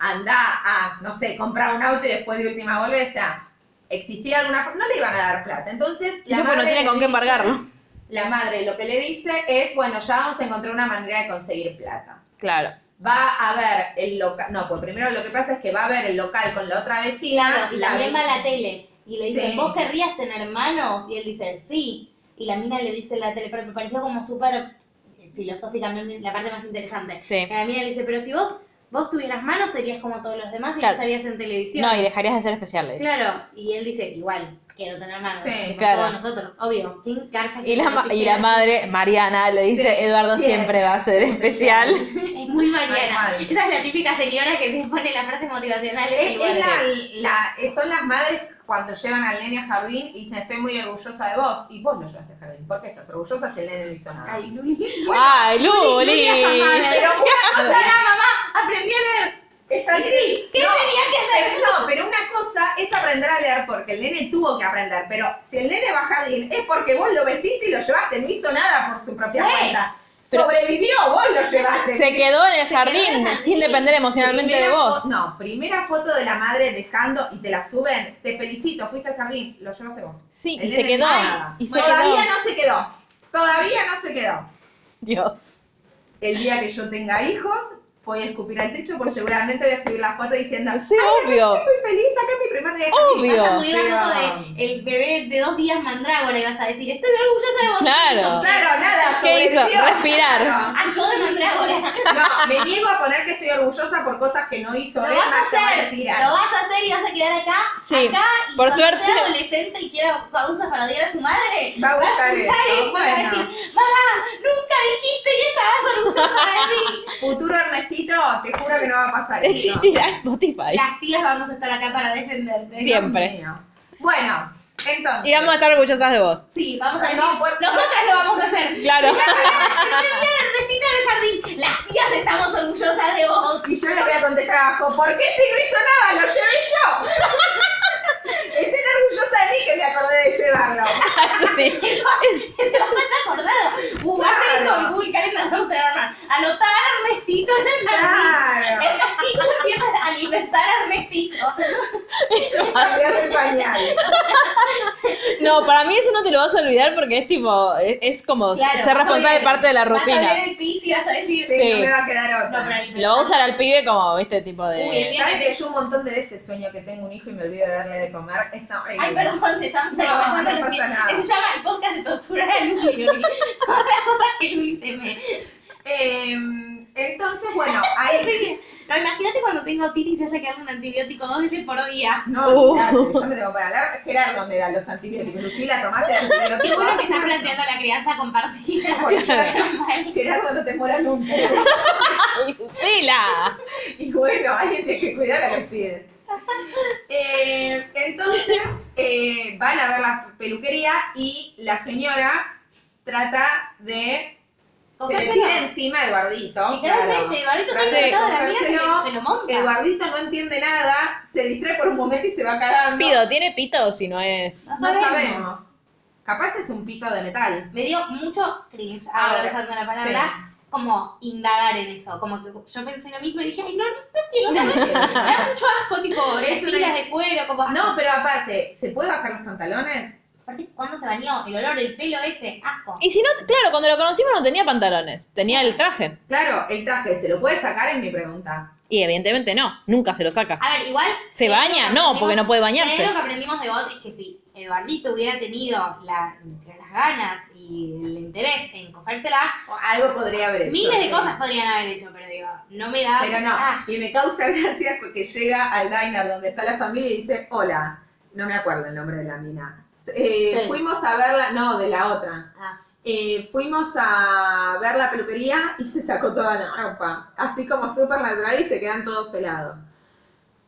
Speaker 3: Andá a, no sé, comprar un auto y después de última volvés. O sea, existía alguna forma, no le iban a dar plata. Entonces,
Speaker 1: No, pues no
Speaker 3: madre
Speaker 1: tiene
Speaker 3: le
Speaker 1: con qué
Speaker 3: dice-
Speaker 1: embargarlo.
Speaker 3: La madre lo que le dice es, bueno, ya vamos a encontrar una manera de conseguir plata
Speaker 1: Claro.
Speaker 3: va a ver el local, no, pues primero lo que pasa es que va a ver el local con la otra vecina,
Speaker 2: Claro, y
Speaker 3: la
Speaker 2: también va
Speaker 3: vecina-
Speaker 2: a la tele. Y le dicen,
Speaker 3: Sí.
Speaker 2: ¿vos querrías tener hermanos? Y él dice, sí. Y la mina le dice en la tele, pero me pareció como súper eh, filosóficamente la parte más interesante.
Speaker 1: Sí.
Speaker 2: La mina le dice, pero si vos, vos tuvieras manos serías como todos los demás y
Speaker 1: Claro.
Speaker 2: no estarías en televisión.
Speaker 1: No, y dejarías de ser especiales.
Speaker 2: Claro, y él dice, igual, quiero tener manos,
Speaker 3: Sí,
Speaker 2: como
Speaker 1: claro.
Speaker 2: todos nosotros, obvio, ¿quién carcha
Speaker 1: Y la,
Speaker 2: quiere
Speaker 1: ma-
Speaker 2: que
Speaker 1: y
Speaker 2: sea?
Speaker 1: la madre, Mariana, le dice,
Speaker 3: Sí,
Speaker 1: Eduardo
Speaker 2: siempre.
Speaker 1: siempre va a ser especial.
Speaker 2: Es muy Mariana.
Speaker 3: Ay, madre.
Speaker 2: Esa es la típica señora que te pone las frases motivacionales.
Speaker 3: Es-
Speaker 2: igual.
Speaker 3: es la- la- son las madres cuando llevan al nene a jardín y dicen estoy muy orgullosa de vos y vos lo llevaste a jardín, ¿por qué estás orgullosa si el nene no hizo nada?
Speaker 2: Ay, Luli.
Speaker 1: ¡Ay, Luli!
Speaker 2: Luli es amada.
Speaker 3: Pero una cosa era,
Speaker 2: mamá, aprendí a leer.
Speaker 3: está
Speaker 2: Y
Speaker 3: bien.
Speaker 2: sí, ¿qué
Speaker 3: No,
Speaker 2: tenía que hacer?
Speaker 3: pero no, pero una cosa es aprender a leer porque el nene tuvo que aprender, pero si el nene va a jardín es porque vos lo vestiste y lo llevaste, no hizo nada por su propia
Speaker 2: Fue.
Speaker 3: cuenta.
Speaker 1: Pero-
Speaker 3: Sobrevivió, vos lo llevaste.
Speaker 1: Se quedó en el jardín
Speaker 2: jardín.
Speaker 1: sin depender emocionalmente de
Speaker 3: Primera
Speaker 1: vos.
Speaker 3: fo- No, primera foto de la madre dejando y te la suben. Te felicito, fuiste al jardín, lo llevaste vos.
Speaker 1: Sí,
Speaker 3: El
Speaker 1: y se
Speaker 3: nene
Speaker 1: quedó.
Speaker 3: nada.
Speaker 1: Y se
Speaker 3: Todavía
Speaker 1: quedó.
Speaker 3: no se quedó. Todavía no se quedó.
Speaker 1: Dios.
Speaker 3: El día que yo tenga hijos, voy a escupir al techo, pues seguramente voy a subir la foto diciendo.
Speaker 1: Sí, obvio.
Speaker 3: Estoy muy feliz, acá es mi primer día de jardín".
Speaker 1: Obvio.
Speaker 2: Vas a subir
Speaker 3: Pero-
Speaker 2: la foto
Speaker 3: eh,
Speaker 2: de el bebé de dos días mandrágora y vas a decir, estoy orgullosa de vos.
Speaker 1: Claro.
Speaker 3: Claro, nada,
Speaker 1: ¿Qué hizo?
Speaker 3: sobrevivió.
Speaker 1: Respirar.
Speaker 3: Claro.
Speaker 2: Actuó de mandrágora.
Speaker 3: No, me niego a poner que estoy orgullosa por cosas que no hizo.
Speaker 2: Lo
Speaker 3: él,
Speaker 2: vas a
Speaker 3: más que voy
Speaker 2: hacer,
Speaker 3: tirar.
Speaker 2: lo vas a hacer y vas a quedar acá,
Speaker 1: Sí,
Speaker 2: acá, y
Speaker 1: por
Speaker 2: cuando
Speaker 1: suerte.
Speaker 2: sea adolescente y quiera causas para odiar a su madre,
Speaker 3: Va a
Speaker 2: va a
Speaker 3: buscar
Speaker 2: escuchar
Speaker 3: esto.
Speaker 2: esto, va a
Speaker 3: Bueno.
Speaker 2: decir, mamá, nunca dijiste que estabas orgullosa de mí.
Speaker 3: Futuro Ernestito, te juro que no va a pasar. esto.
Speaker 1: Existirá Spotify.
Speaker 2: Las tías vamos a estar acá para defenderte.
Speaker 1: Sí.
Speaker 3: Dios
Speaker 1: Siempre.
Speaker 3: mío. Bueno, entonces.
Speaker 1: Y vamos a estar orgullosas de vos.
Speaker 2: Sí, vamos a decir,
Speaker 3: No, pues-
Speaker 2: nosotras lo vamos a hacer.
Speaker 1: Claro.
Speaker 2: del jardín. Las tías estamos orgullosas de vos.
Speaker 3: Y yo le voy a contestar abajo, ¿por qué si no hizo nada? ¡Lo llevé yo! Estén orgullosa de mí que me acordé de llevarlo.
Speaker 1: Sí.
Speaker 2: Te vas a estar acordado. Uh, vas a ir
Speaker 3: Claro.
Speaker 2: con Google Calendar de Arma. Anotar a Ernestito en el jardín.
Speaker 3: Claro.
Speaker 2: El gatito empieza a alimentar a Ernestito.
Speaker 1: Ah.
Speaker 3: Cambiar el pañal.
Speaker 1: No, para mí eso no te lo vas a olvidar porque es tipo, es, es como
Speaker 2: Claro,
Speaker 1: ser responsable
Speaker 2: vas a
Speaker 1: de parte de la
Speaker 2: Vas a
Speaker 1: rutina.
Speaker 2: ver el pis y vas a decir.
Speaker 3: Sí,
Speaker 1: Sí.
Speaker 3: no me va a quedar
Speaker 2: No, pero
Speaker 3: otra.
Speaker 2: alimentar.
Speaker 1: Lo va a usar al pibe como, viste, tipo
Speaker 2: Uy, el
Speaker 1: de...
Speaker 2: día
Speaker 3: ¿Sabes
Speaker 2: que
Speaker 3: Eh, que yo un montón de veces sueño que tengo un hijo y me olvido de darle de comer? Es- no, eh,
Speaker 2: Ay, perdón, te estamos
Speaker 3: No,
Speaker 2: preguntando
Speaker 3: no pasa nada.
Speaker 2: Se llama el podcast de torturar a Luli. Luli. Todas las cosas que Luli teme.
Speaker 3: em, entonces, bueno, ahí...
Speaker 2: No, imagínate cuando tengo titis y haya que darle un antibiótico dos veces por día.
Speaker 3: No, olvidate, yo me tengo para hablar. Gerardo me da los antibióticos. Lucila, tomaste antibióticos.
Speaker 2: Qué bueno que estás planteando la crianza compartida.
Speaker 3: Porque-
Speaker 2: Menos mal.
Speaker 3: Gerardo no te muera nunca.
Speaker 1: ¡Sí, la!
Speaker 3: Y bueno, alguien tiene que cuidar a los pies. Eh, entonces eh, van a ver la peluquería y la señora trata de. Se le
Speaker 2: Cogérselo.
Speaker 3: tira encima a Eduardito.
Speaker 2: Literalmente,
Speaker 3: claro.
Speaker 2: Eduardito
Speaker 3: Trata
Speaker 2: tiene
Speaker 3: de
Speaker 2: toda la mierda
Speaker 3: cogérselo.
Speaker 2: se, se lo monta.
Speaker 3: Eduardito no entiende nada, se distrae por un momento y se va cagando.
Speaker 1: Pido, ¿tiene pito si no es...?
Speaker 3: No sabemos. Capaz es un pito de metal.
Speaker 2: Me dio mucho cringe, ahora
Speaker 3: Ahora,
Speaker 2: usando la palabra, como indagar en eso. Como que yo pensé lo mismo y dije, ay, no, no, no quiero saber. Me da mucho asco, tipo,
Speaker 3: Es una-
Speaker 2: tiras de cuero, como...
Speaker 3: No, pero aparte, ¿se puede bajar los pantalones?
Speaker 2: Aparte, ¿cuándo se bañó? El olor del pelo ese, asco.
Speaker 1: Y si no, claro, cuando lo conocimos no tenía pantalones, tenía el traje.
Speaker 3: Claro, el traje, ¿se lo puede sacar? Es mi pregunta.
Speaker 1: Y evidentemente no, nunca se lo saca.
Speaker 2: A ver, igual.
Speaker 1: ¿Se
Speaker 2: eh,
Speaker 1: baña?
Speaker 2: lo que
Speaker 1: No,
Speaker 2: aprendimos-
Speaker 1: porque no puede
Speaker 2: eh,
Speaker 1: bañarse.
Speaker 2: Lo que aprendimos de Bot es que si Eduardito hubiera tenido la- las ganas y el interés en cogérsela,
Speaker 3: Algo podría haber hecho.
Speaker 2: miles de
Speaker 3: Sí.
Speaker 2: cosas podrían haber hecho, pero digo, no me da.
Speaker 3: Pero no,
Speaker 2: Ah,
Speaker 3: y me causa gracia porque llega al diner donde está la familia y dice, hola, no me acuerdo el nombre de la mina. Eh,
Speaker 2: Sí.
Speaker 3: Fuimos a verla, no, de la otra.
Speaker 2: Ah.
Speaker 3: Eh, fuimos a ver la peluquería y se sacó toda la ropa, así como súper natural y se quedan todos helados.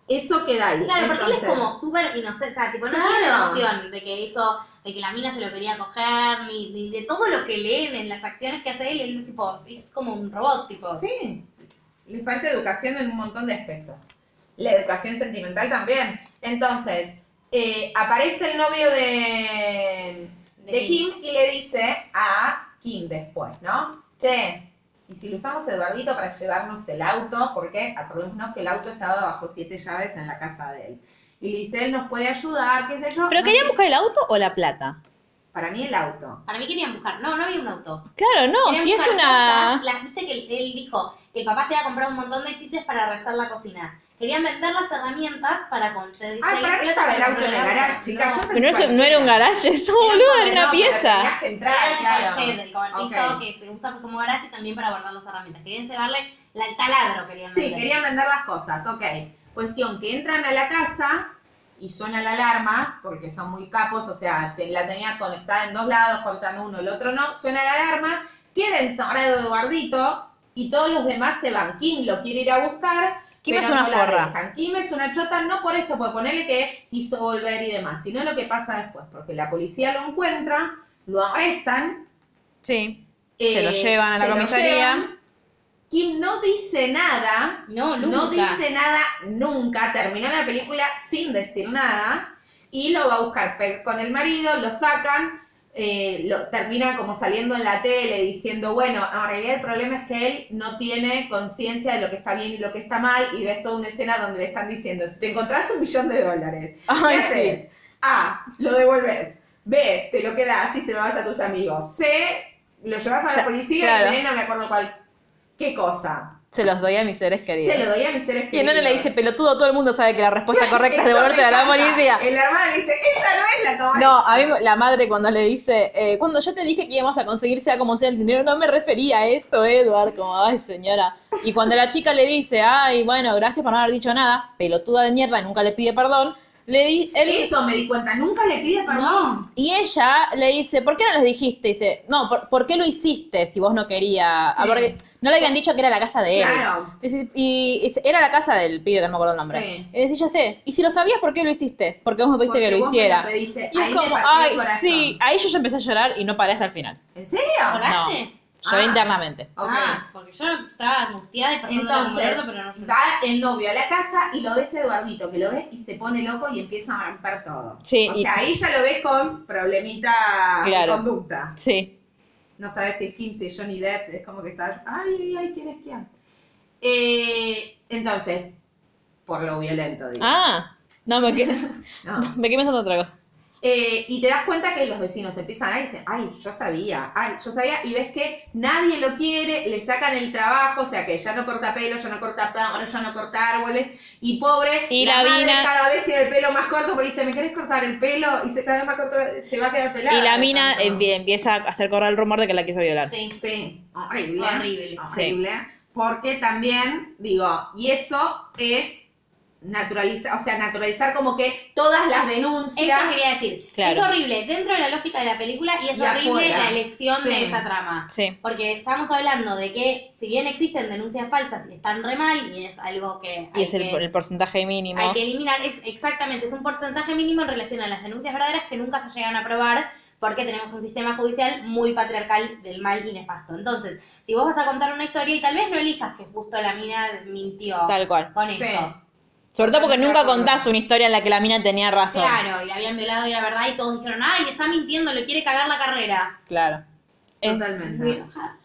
Speaker 3: Eso queda ahí.
Speaker 2: claro, porque él
Speaker 3: Entonces,
Speaker 2: es como súper inocente, o sea, tipo, no
Speaker 3: Claro.
Speaker 2: tiene noción de que eso, de que la mina se lo quería coger, ni, ni de todo lo que leen en las acciones que hace él, él tipo, es como un robot, tipo.
Speaker 3: Sí, les falta educación en un montón de aspectos. La educación sentimental también. Entonces, eh, aparece el novio de,
Speaker 2: De
Speaker 3: de Kim y le dice a Kim después, ¿no? Che, y si lo usamos Eduardito para llevarnos el auto, porque acordémonos que el auto estaba bajo siete llaves en la casa de él. Y le dice, él nos puede ayudar, qué sé yo.
Speaker 1: ¿Pero
Speaker 3: No
Speaker 1: querían
Speaker 3: sé.
Speaker 1: buscar el auto o la plata?
Speaker 3: Para mí el auto.
Speaker 2: Para mí querían buscar. No, no había un auto.
Speaker 1: Claro, no,
Speaker 2: Querían
Speaker 1: si es
Speaker 2: buscar
Speaker 1: una...
Speaker 2: cosas, las- Viste que él, él dijo que el papá se iba a comprar un montón de chiches para rezar la cocina. Querían vender las herramientas para conseguir.
Speaker 3: Ay, para mí estaba el auto en el garage, chicas. yo
Speaker 1: Pero no, es-
Speaker 3: entendí
Speaker 1: no era un
Speaker 3: cualquiera.
Speaker 1: garage, eso, boludo, era
Speaker 3: No,
Speaker 1: una
Speaker 3: pero
Speaker 1: pieza.
Speaker 3: Tenías que entrar,
Speaker 2: Era
Speaker 3: claro.
Speaker 2: el shed, el cobertizo
Speaker 3: Ok.
Speaker 2: que se usa como garage y también para guardar las herramientas. Querían llevarle la, el taladro, querían
Speaker 3: Sí,
Speaker 2: vender.
Speaker 3: querían vender las cosas, ok. Cuestión que entran a la casa y suena la alarma, porque son muy capos, o sea, te- la tenía conectada en dos lados, cortan uno, el otro no, suena la alarma, queda encerrado Eduardito y todos los demás se van. Kim lo quiere ir a buscar.
Speaker 1: Kim
Speaker 3: pero
Speaker 1: es una
Speaker 3: no la
Speaker 1: forra.
Speaker 3: dejan. Kim es una chota, no por esto, por ponerle que quiso volver y demás, sino lo que pasa después, porque la policía lo encuentra, lo arrestan eh,
Speaker 1: Sí. Se lo llevan a la
Speaker 3: se lo
Speaker 1: comisaría.
Speaker 3: llevan. Kim no dice nada.
Speaker 2: No, nunca.
Speaker 3: No dice nada nunca. Terminó la película sin decir nada. Y lo va a buscar pe- con el marido, lo sacan. eh, lo, termina como saliendo en la tele diciendo, bueno, en realidad el problema es que él no tiene conciencia de lo que está bien y lo que está mal y ves toda una escena donde le están diciendo, si te encontrás un millón de dólares, ¿Qué
Speaker 1: Ay, sí.
Speaker 3: haces? A. Lo devolves. B. Te lo quedas y se lo vas a tus amigos. C. Lo llevas a
Speaker 1: Ya,
Speaker 3: la policía
Speaker 1: claro.
Speaker 3: y B, no me acuerdo cuál. ¿Qué cosa?
Speaker 1: Se los doy a mis seres
Speaker 3: Se
Speaker 1: queridos.
Speaker 3: lo doy a mis seres
Speaker 1: Y no
Speaker 3: queridos.
Speaker 1: le dice pelotudo, todo el mundo sabe que la respuesta correcta es
Speaker 3: Eso
Speaker 1: devolverte
Speaker 3: me
Speaker 1: a la
Speaker 3: encanta.
Speaker 1: policía.
Speaker 3: El hermano le dice, esa no es la correcta.
Speaker 1: No, a mí la madre cuando le dice, eh, cuando yo te dije que íbamos a conseguir sea como sea el dinero, no me refería a esto, Edward, como, ay señora. Y cuando la chica le dice, ay, bueno, gracias por no haber dicho nada, pelotuda de mierda, y nunca le pide perdón, le di, él-
Speaker 3: Eso me di cuenta. Nunca le pide perdón.
Speaker 2: No.
Speaker 1: y ella le dice, ¿por qué no les dijiste? Y dice, no, ¿por, por qué lo hiciste si vos no querías? Ah,
Speaker 3: Sí.
Speaker 1: porque no le habían dicho que era la casa de él.
Speaker 3: Claro.
Speaker 1: Dice, Y, y dice, era la casa del pibe, que no me acuerdo el nombre.
Speaker 3: Sí.
Speaker 1: Y dice, ya sé, y si lo sabías, ¿por qué lo hiciste? Porque vos me pediste
Speaker 3: Porque
Speaker 1: que lo
Speaker 3: vos me
Speaker 1: hiciera.
Speaker 3: pediste.
Speaker 1: Y
Speaker 3: Ahí
Speaker 1: es
Speaker 3: me
Speaker 1: como,
Speaker 3: partió el
Speaker 1: ay,
Speaker 3: corazón.
Speaker 1: sí. Ahí yo ya empecé a llorar y no paré hasta el final.
Speaker 3: ¿En serio?
Speaker 2: ¿Lloraste?
Speaker 1: Lloré
Speaker 3: Ah.
Speaker 1: internamente.
Speaker 3: Ok.
Speaker 2: Ah, porque yo estaba angustiada y pasando
Speaker 3: Entonces,
Speaker 2: pero no lloré.
Speaker 3: va el novio a la casa y lo ves a Eduardito, que lo ves y se pone loco y empieza a romper todo.
Speaker 1: Sí,
Speaker 3: o
Speaker 1: y-
Speaker 3: sea, ahí ya lo ves con problemita
Speaker 1: Claro.
Speaker 3: de conducta.
Speaker 1: Sí.
Speaker 3: No sabes si es Kim, si es Johnny Depp, es como que estás, ay, ay, ay, ¿quién es quién? Eh, entonces, por lo violento, digo.
Speaker 1: Ah, no, me quedé,
Speaker 3: No.
Speaker 1: me quedé pensando en otra cosa.
Speaker 3: Eh, y te das cuenta que los vecinos empiezan a decir, ay, yo sabía, ay, yo sabía, y ves que nadie lo quiere, le sacan el trabajo, o sea que ya no corta pelo, ya no corta ahora ya no corta árboles, y pobre,
Speaker 1: Y
Speaker 3: la,
Speaker 1: la
Speaker 3: madre
Speaker 1: mina-
Speaker 3: cada vez tiene el pelo más corto, porque dice, ¿me querés cortar el pelo? Y se cada vez más corto, se va a quedar pelada.
Speaker 1: Y la mina
Speaker 3: Tanto.
Speaker 1: empie- empieza a hacer correr el rumor de que la quiso violar.
Speaker 2: Sí.
Speaker 3: Sí, horrible.
Speaker 2: Horrible.
Speaker 3: Horrible. Porque también, digo, y eso es naturalizar, o sea, naturalizar como que todas las denuncias...
Speaker 2: Eso quería decir.
Speaker 1: Claro.
Speaker 2: Es horrible dentro de la lógica de la película y es
Speaker 3: Y
Speaker 2: horrible
Speaker 3: afuera.
Speaker 2: la elección
Speaker 3: Sí.
Speaker 2: de esa trama.
Speaker 1: Sí.
Speaker 2: Porque estamos hablando de que, si bien existen denuncias falsas y están re mal, y es algo que.
Speaker 1: Y
Speaker 2: hay
Speaker 1: es el,
Speaker 2: que-
Speaker 1: el porcentaje mínimo.
Speaker 2: Hay que eliminar, es exactamente, es un porcentaje mínimo en relación a las denuncias verdaderas que nunca se llegan a probar porque tenemos un sistema judicial muy patriarcal del mal y nefasto. Entonces, si vos vas a contar una historia y tal vez no elijas que justo la mina mintió
Speaker 1: Tal cual.
Speaker 2: con
Speaker 3: Sí.
Speaker 2: eso.
Speaker 1: Sobre todo porque
Speaker 3: Totalmente
Speaker 1: nunca
Speaker 3: de acuerdo.
Speaker 1: contás una historia en la que la mina tenía razón.
Speaker 2: Claro, y la habían violado y la verdad y todos dijeron, ay, está mintiendo, le quiere cagar la carrera.
Speaker 1: Claro. Es-
Speaker 3: Totalmente.
Speaker 2: Muy enojada.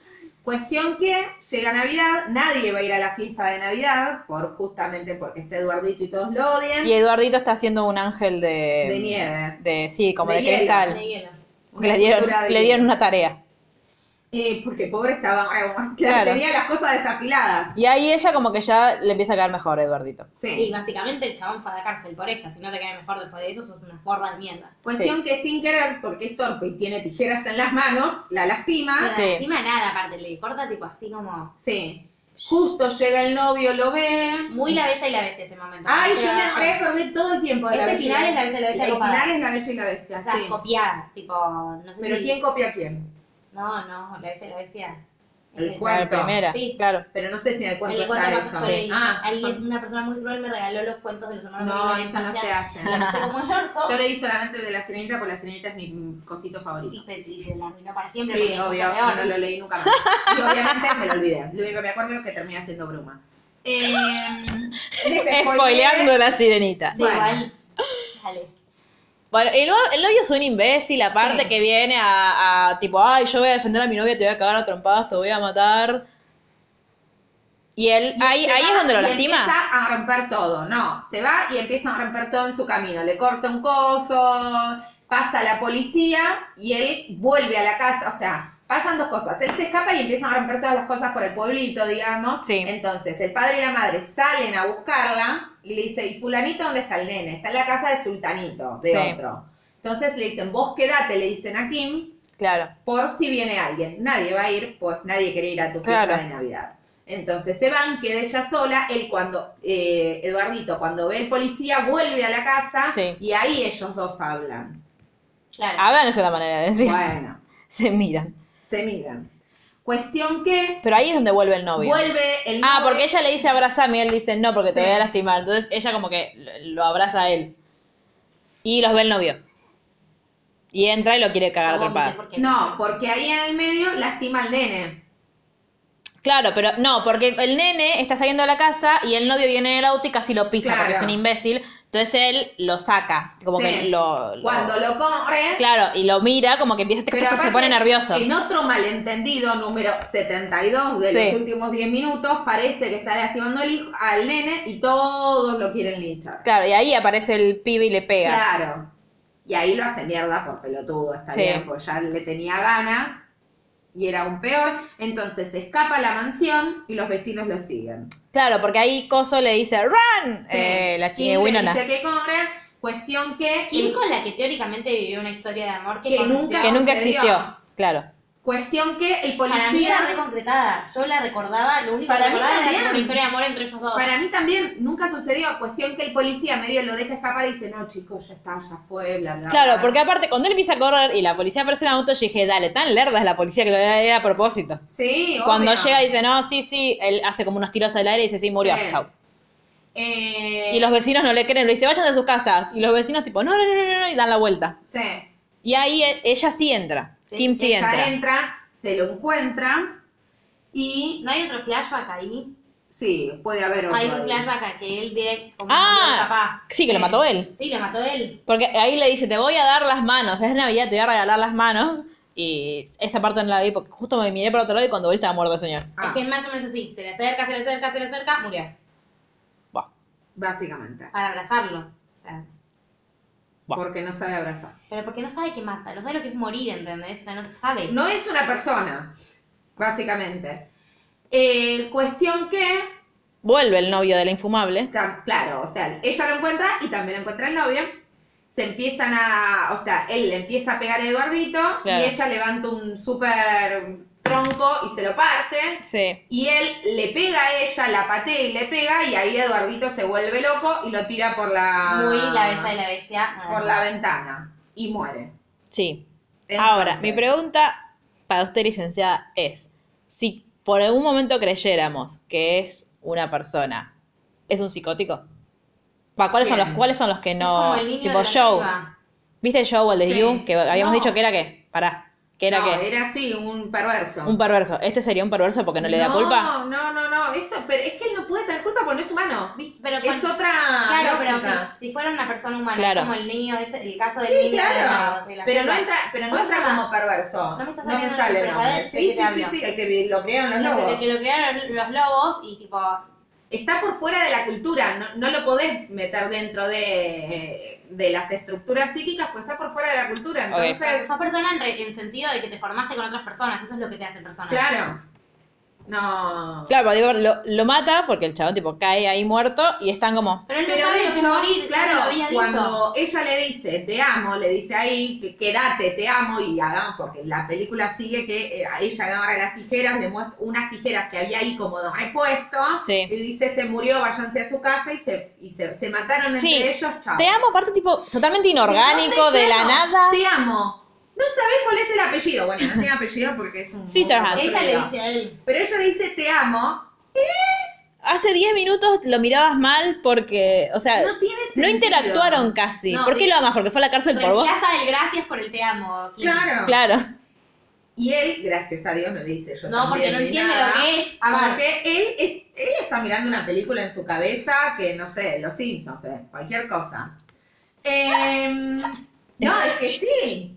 Speaker 3: Cuestión que llega Navidad, nadie va a ir a la fiesta de Navidad, por justamente porque este Eduardito y todos lo odian,
Speaker 1: Y Eduardito está haciendo un ángel de.
Speaker 3: de nieve.
Speaker 1: de- sí, como de,
Speaker 3: De hielo,
Speaker 1: cristal.
Speaker 2: De hielo.
Speaker 1: Porque le dieron,
Speaker 3: Una
Speaker 1: le dieron una tarea.
Speaker 3: Eh, porque pobre estaba, claro,
Speaker 1: Claro.
Speaker 3: tenía las cosas desafiladas.
Speaker 1: Y ahí ella como que ya le empieza a caer mejor a Eduardito.
Speaker 2: Y
Speaker 3: Sí.
Speaker 2: básicamente el chabón fue a la cárcel por ella, si no te cae mejor después de eso, sos una porra de mierda.
Speaker 3: Cuestión que sin querer, porque es torpe y tiene tijeras en las manos, la lastima.
Speaker 2: No
Speaker 1: Ah, Sí.
Speaker 2: le lastima nada aparte, le corta tipo así como...
Speaker 3: Sí. Justo llega el novio, lo ve.
Speaker 2: Muy la bella y la bestia ese momento.
Speaker 3: Ay,
Speaker 2: O
Speaker 3: yo
Speaker 2: sea,
Speaker 3: me voy a perder todo el tiempo de la
Speaker 2: Ah. Ese
Speaker 3: Bella y
Speaker 2: final es La Bella y la Bestia
Speaker 3: El
Speaker 2: copada.
Speaker 3: final es la Bella y la Bestia,
Speaker 2: O sea,
Speaker 3: sí.
Speaker 2: copiar, tipo, no sé
Speaker 3: Pero
Speaker 2: si...
Speaker 3: ¿quién copia a quién?
Speaker 2: No, no, La Bella y la Bestia.
Speaker 3: El
Speaker 2: Eh,
Speaker 3: cuento.
Speaker 1: La primera.
Speaker 2: Sí.
Speaker 1: Claro.
Speaker 3: Pero no sé si en el cuento
Speaker 2: El cuento
Speaker 3: está
Speaker 2: pasó,
Speaker 3: eso.
Speaker 2: yo leí.
Speaker 3: Ah,
Speaker 2: Alguien, una persona muy cruel me regaló los cuentos de los hermanos
Speaker 3: No,
Speaker 2: Grimm.
Speaker 3: eso no
Speaker 2: O sea,
Speaker 3: se hace.
Speaker 2: la pasé como el orto.
Speaker 3: Yo leí solamente de la sirenita porque la sirenita es mi mm, cosito favorito.
Speaker 2: Y se la arruinó para
Speaker 3: Sí,
Speaker 2: siempre. porque es mucho
Speaker 3: obvio,
Speaker 2: peor.
Speaker 3: no lo leí nunca más. Y obviamente me lo olvidé. Lo único que me acuerdo es que terminé haciendo bruma. Eh, les spoileé.
Speaker 1: Spoileando la sirenita.
Speaker 2: Sí,
Speaker 3: Bueno.
Speaker 2: igual. Dale.
Speaker 1: Bueno, el, no- el novio es un imbécil, aparte
Speaker 3: Sí.
Speaker 1: que viene a, a tipo, ay, yo voy a defender a mi novia, te voy a cagar a trompadas, te voy a matar. Y él,
Speaker 3: Y
Speaker 1: ahí,
Speaker 3: se
Speaker 1: ahí
Speaker 3: va
Speaker 1: es donde lo
Speaker 3: y
Speaker 1: lastima.
Speaker 3: Empieza a romper todo, no. Se va y empieza a romper todo en su camino. Le corta un coso, pasa a la policía y él vuelve a la casa. O sea, pasan dos cosas. Él se escapa y empiezan a romper todas las cosas por el pueblito, digamos.
Speaker 1: Sí.
Speaker 3: Entonces, el padre y la madre salen a buscarla y le dice, ¿y fulanito dónde está el nene? Está en la casa de sultanito, de
Speaker 1: Sí.
Speaker 3: otro. Entonces le dicen, vos quédate, le dicen a Kim
Speaker 1: Claro.
Speaker 3: por si viene alguien. Nadie va a ir, pues nadie quiere ir a tu fiesta
Speaker 1: Claro.
Speaker 3: de Navidad. Entonces se van, queda ella sola, él cuando, eh, Eduardito, cuando ve el policía, vuelve a la casa
Speaker 1: Sí.
Speaker 3: y ahí ellos dos hablan.
Speaker 2: Claro.
Speaker 1: Hagan eso la manera de decir.
Speaker 3: Bueno,
Speaker 1: Se miran.
Speaker 3: se miran. Cuestión que
Speaker 1: Pero ahí es donde vuelve el novio.
Speaker 3: vuelve el
Speaker 1: Ah,
Speaker 3: novio-
Speaker 1: porque ella le dice abrazame y él dice no, porque te
Speaker 3: Sí.
Speaker 1: voy a lastimar. Entonces ella como que lo lo abraza a él. Y los ve el novio. Y entra y lo quiere cagar a
Speaker 2: Yo vomité
Speaker 1: trompadas.
Speaker 2: porque-
Speaker 3: No, porque ahí en el medio lastima al nene.
Speaker 1: Claro, pero no, porque el nene está saliendo de la casa y el novio viene en el auto y casi lo pisa
Speaker 3: Claro.
Speaker 1: porque es un imbécil. Entonces él lo saca, como
Speaker 3: Sí.
Speaker 1: que lo, lo-
Speaker 3: Cuando lo corre...
Speaker 1: Claro, y lo mira, como que empieza,
Speaker 3: Pero
Speaker 1: se
Speaker 3: aparte,
Speaker 1: pone nervioso.
Speaker 3: En otro malentendido, número 72 de
Speaker 1: Sí.
Speaker 3: los últimos 10 minutos, parece que está lastimando al, hijo- al nene y todos lo quieren linchar.
Speaker 1: Claro, y ahí aparece el pibe y le pega.
Speaker 3: Claro. Y ahí lo hace mierda por pelotudo, está
Speaker 1: Sí.
Speaker 3: bien, porque ya le tenía ganas y era un peor. Entonces se escapa a la mansión y los vecinos lo siguen.
Speaker 1: Claro, porque ahí Coso le dice, ¡Run!
Speaker 3: Sí.
Speaker 1: Eh, la
Speaker 3: Kim
Speaker 1: chica
Speaker 3: le
Speaker 1: Winona.
Speaker 3: dice que corre, cuestión que...
Speaker 2: Kim con la que teóricamente vivió una historia de amor que,
Speaker 3: Que
Speaker 2: concretó.
Speaker 3: nunca-
Speaker 1: Que nunca
Speaker 3: sucedió.
Speaker 1: existió. Claro.
Speaker 3: Cuestión que el
Speaker 2: Para mí
Speaker 3: policía...
Speaker 2: era reconcretada. Yo la recordaba, lo único
Speaker 3: Para
Speaker 2: que
Speaker 3: mí
Speaker 2: recordaba era
Speaker 3: también.
Speaker 2: como una historia de amor entre ellos dos.
Speaker 3: Para mí también nunca sucedió, cuestión que el policía medio lo deja escapar y dice, no chicos, ya está, ya fue, bla, bla.
Speaker 1: Claro,
Speaker 3: bla".
Speaker 1: porque aparte cuando él empieza a correr y la policía aparece en el auto, yo dije, dale, tan lerda es la policía que lo era a propósito.
Speaker 3: Sí, obvio.
Speaker 1: Cuando llega dice, no, sí, sí, él hace como unos tiros al aire y dice, sí, murió,
Speaker 3: Sí.
Speaker 1: chau.
Speaker 3: Eh,
Speaker 1: Y los vecinos no le creen, le dice, vayan a sus casas. Y los vecinos tipo, no, no, no, no, no, y dan la vuelta.
Speaker 3: Sí,
Speaker 1: Y ahí e- ella sí entra,
Speaker 2: Sí,
Speaker 1: Kim sí
Speaker 3: ella
Speaker 1: entra.
Speaker 3: entra, se lo encuentra y...
Speaker 2: ¿No hay otro flashback ahí?
Speaker 3: Sí, puede haber otro.
Speaker 2: Hay un
Speaker 3: ahí.
Speaker 2: flashback a que él de como
Speaker 1: Ah.
Speaker 2: el papá.
Speaker 1: Sí, que lo
Speaker 3: Sí.
Speaker 1: mató él.
Speaker 2: Sí, lo mató él.
Speaker 1: Porque ahí le dice, te voy a dar las manos, es Navidad, te voy a regalar las manos. Y esa parte no la vi porque justo me miré para otro lado y cuando volví estaba muerto el señor.
Speaker 3: Ah,
Speaker 2: Es que es más o menos así. Se le acerca, se le acerca, se le acerca, murió.
Speaker 1: Buah,
Speaker 3: Básicamente,
Speaker 2: Para abrazarlo. O sea,
Speaker 1: Buah.
Speaker 3: porque no sabe abrazar.
Speaker 2: pero porque no sabe que mata, no sabe lo que es morir, ¿entendés? O sea, no sabe.
Speaker 3: No es una persona, básicamente. Eh, cuestión que
Speaker 1: Vuelve el novio de la infumable.
Speaker 3: Ca- Claro, o sea, ella lo encuentra y también lo encuentra el novio. Se empiezan a, o sea, él le empieza a pegar a Eduardito
Speaker 1: Claro.
Speaker 3: y ella levanta un súper tronco y se lo parte.
Speaker 1: Sí.
Speaker 3: Y él le pega a ella, la patea y le pega y ahí Eduardito se vuelve loco y lo tira por la,
Speaker 2: Muy la bella y la bestia. una
Speaker 3: por
Speaker 2: vez
Speaker 3: la
Speaker 2: más.
Speaker 3: ventana y muere.
Speaker 1: Sí.
Speaker 3: Entonces,
Speaker 1: Ahora, mi pregunta para usted, licenciada, es, si por algún momento creyéramos que es una persona, ¿es un psicótico? Va, ¿cuáles, son los,
Speaker 3: Bien.
Speaker 1: ¿Cuáles son los que
Speaker 2: Es como
Speaker 1: no?
Speaker 2: el niño de
Speaker 1: Tipo
Speaker 2: la
Speaker 1: Joe.
Speaker 2: selva.
Speaker 1: ¿Viste Joe o el de
Speaker 3: Sí.
Speaker 1: You? Que habíamos
Speaker 3: No.
Speaker 1: dicho que era qué? Pará. ¿Que era
Speaker 3: no,
Speaker 1: qué?
Speaker 3: era así, un perverso.
Speaker 1: Un perverso. ¿Este sería un perverso porque no le da culpa?
Speaker 3: No, no, no, no. Esto, pero es que él no puede tener culpa porque no es humano.
Speaker 2: Viste, Pero
Speaker 3: Es
Speaker 2: cuando-
Speaker 3: otra.
Speaker 2: Claro, pero
Speaker 3: lógica.
Speaker 2: si, si fuera una persona humana,
Speaker 1: Claro.
Speaker 2: como el niño, ese- el caso del
Speaker 3: Sí,
Speaker 2: niño de
Speaker 3: claro.
Speaker 2: la- de la
Speaker 3: pero no
Speaker 2: selva.
Speaker 3: entra, pero no
Speaker 2: ¿Cómo
Speaker 3: entra
Speaker 2: se llama?
Speaker 3: como perverso.
Speaker 2: No me está saliendo
Speaker 3: sale
Speaker 2: el
Speaker 3: el
Speaker 2: nombre,
Speaker 3: nombre.
Speaker 2: ¿sabes? Sé
Speaker 3: Sí,
Speaker 2: que te
Speaker 3: sí, sí,
Speaker 2: hablo.
Speaker 3: sí, el que vi- lo crearon los
Speaker 2: No, pero
Speaker 3: lobos.
Speaker 2: que lo crearon los lobos y tipo.
Speaker 3: Está por fuera de la cultura, no, no lo podés meter dentro de, de las estructuras psíquicas, pues está por fuera de la cultura.
Speaker 1: Ok.
Speaker 3: Entonces,
Speaker 2: sos persona en, re- en sentido de que te formaste con otras personas, eso es lo que te hace persona.
Speaker 3: claro. No.
Speaker 1: Claro, pero digo, lo, lo mata porque el chabón tipo cae ahí muerto y están como...
Speaker 2: Pero él no
Speaker 3: Pero
Speaker 2: sabe
Speaker 3: de
Speaker 2: lo que es
Speaker 3: hecho,
Speaker 2: morir, claro, lo
Speaker 3: claro,
Speaker 2: había dicho.
Speaker 3: cuando ella le dice te amo, le dice ahí que quédate, te amo, y hagan, porque la película sigue que eh, a ella agarra las tijeras, le muestra unas tijeras que había ahí como de repuesto,
Speaker 1: Sí.
Speaker 3: y dice se murió, váyanse a su casa y se, y se, se mataron
Speaker 1: Sí.
Speaker 3: entre ellos, chao.
Speaker 1: Te amo, aparte tipo totalmente inorgánico,
Speaker 3: dónde,
Speaker 1: de la
Speaker 3: claro?
Speaker 1: nada.
Speaker 3: Te amo. No sabés cuál es el apellido. Bueno, no tiene apellido porque es un.
Speaker 1: Sister Hand.
Speaker 2: Ella le dice a él.
Speaker 3: Pero ella dice te amo.
Speaker 1: Hace 10 minutos lo mirabas mal porque, o sea,
Speaker 3: No tiene
Speaker 1: No
Speaker 3: sentido.
Speaker 1: interactuaron casi.
Speaker 2: No,
Speaker 1: ¿Por qué
Speaker 2: sí.
Speaker 1: lo amas? Porque fue a la cárcel por vos.
Speaker 2: Reemplaza el gracias por el te amo, Kim.
Speaker 3: Claro.
Speaker 1: Claro.
Speaker 3: Y él, gracias a Dios, no dice yo.
Speaker 2: No, porque
Speaker 3: también,
Speaker 2: no
Speaker 3: ni
Speaker 2: entiende
Speaker 3: nada.
Speaker 2: lo que es amar.
Speaker 3: Porque él, es- él está mirando una película en su cabeza que, no sé, Los Simpsons, que cualquier cosa. Em, No, es que sí.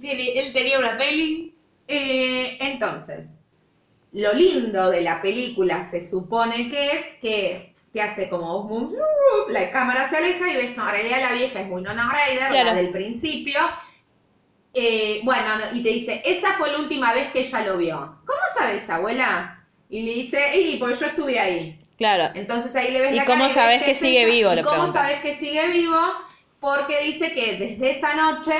Speaker 2: Tiene- él tenía una peli.
Speaker 3: Eh, entonces, lo lindo de la película se supone que es que te hace como un la cámara se aleja y ves que en realidad la vieja es Winona Ryder,
Speaker 1: Claro.
Speaker 3: la del principio. Eh, bueno, no, y te dice, esa fue la última vez que ella lo vio. ¿Cómo sabes, abuela? Y le dice, y pues yo estuve ahí.
Speaker 1: Claro.
Speaker 3: Entonces ahí le ves
Speaker 1: ¿Y
Speaker 3: la
Speaker 1: cómo
Speaker 3: cara
Speaker 1: sabes
Speaker 3: ves
Speaker 1: que
Speaker 3: es
Speaker 1: sigue vivo?
Speaker 3: ¿Y
Speaker 1: Le
Speaker 3: cómo
Speaker 1: pregunta.
Speaker 3: sabes que sigue vivo? Porque dice que desde esa noche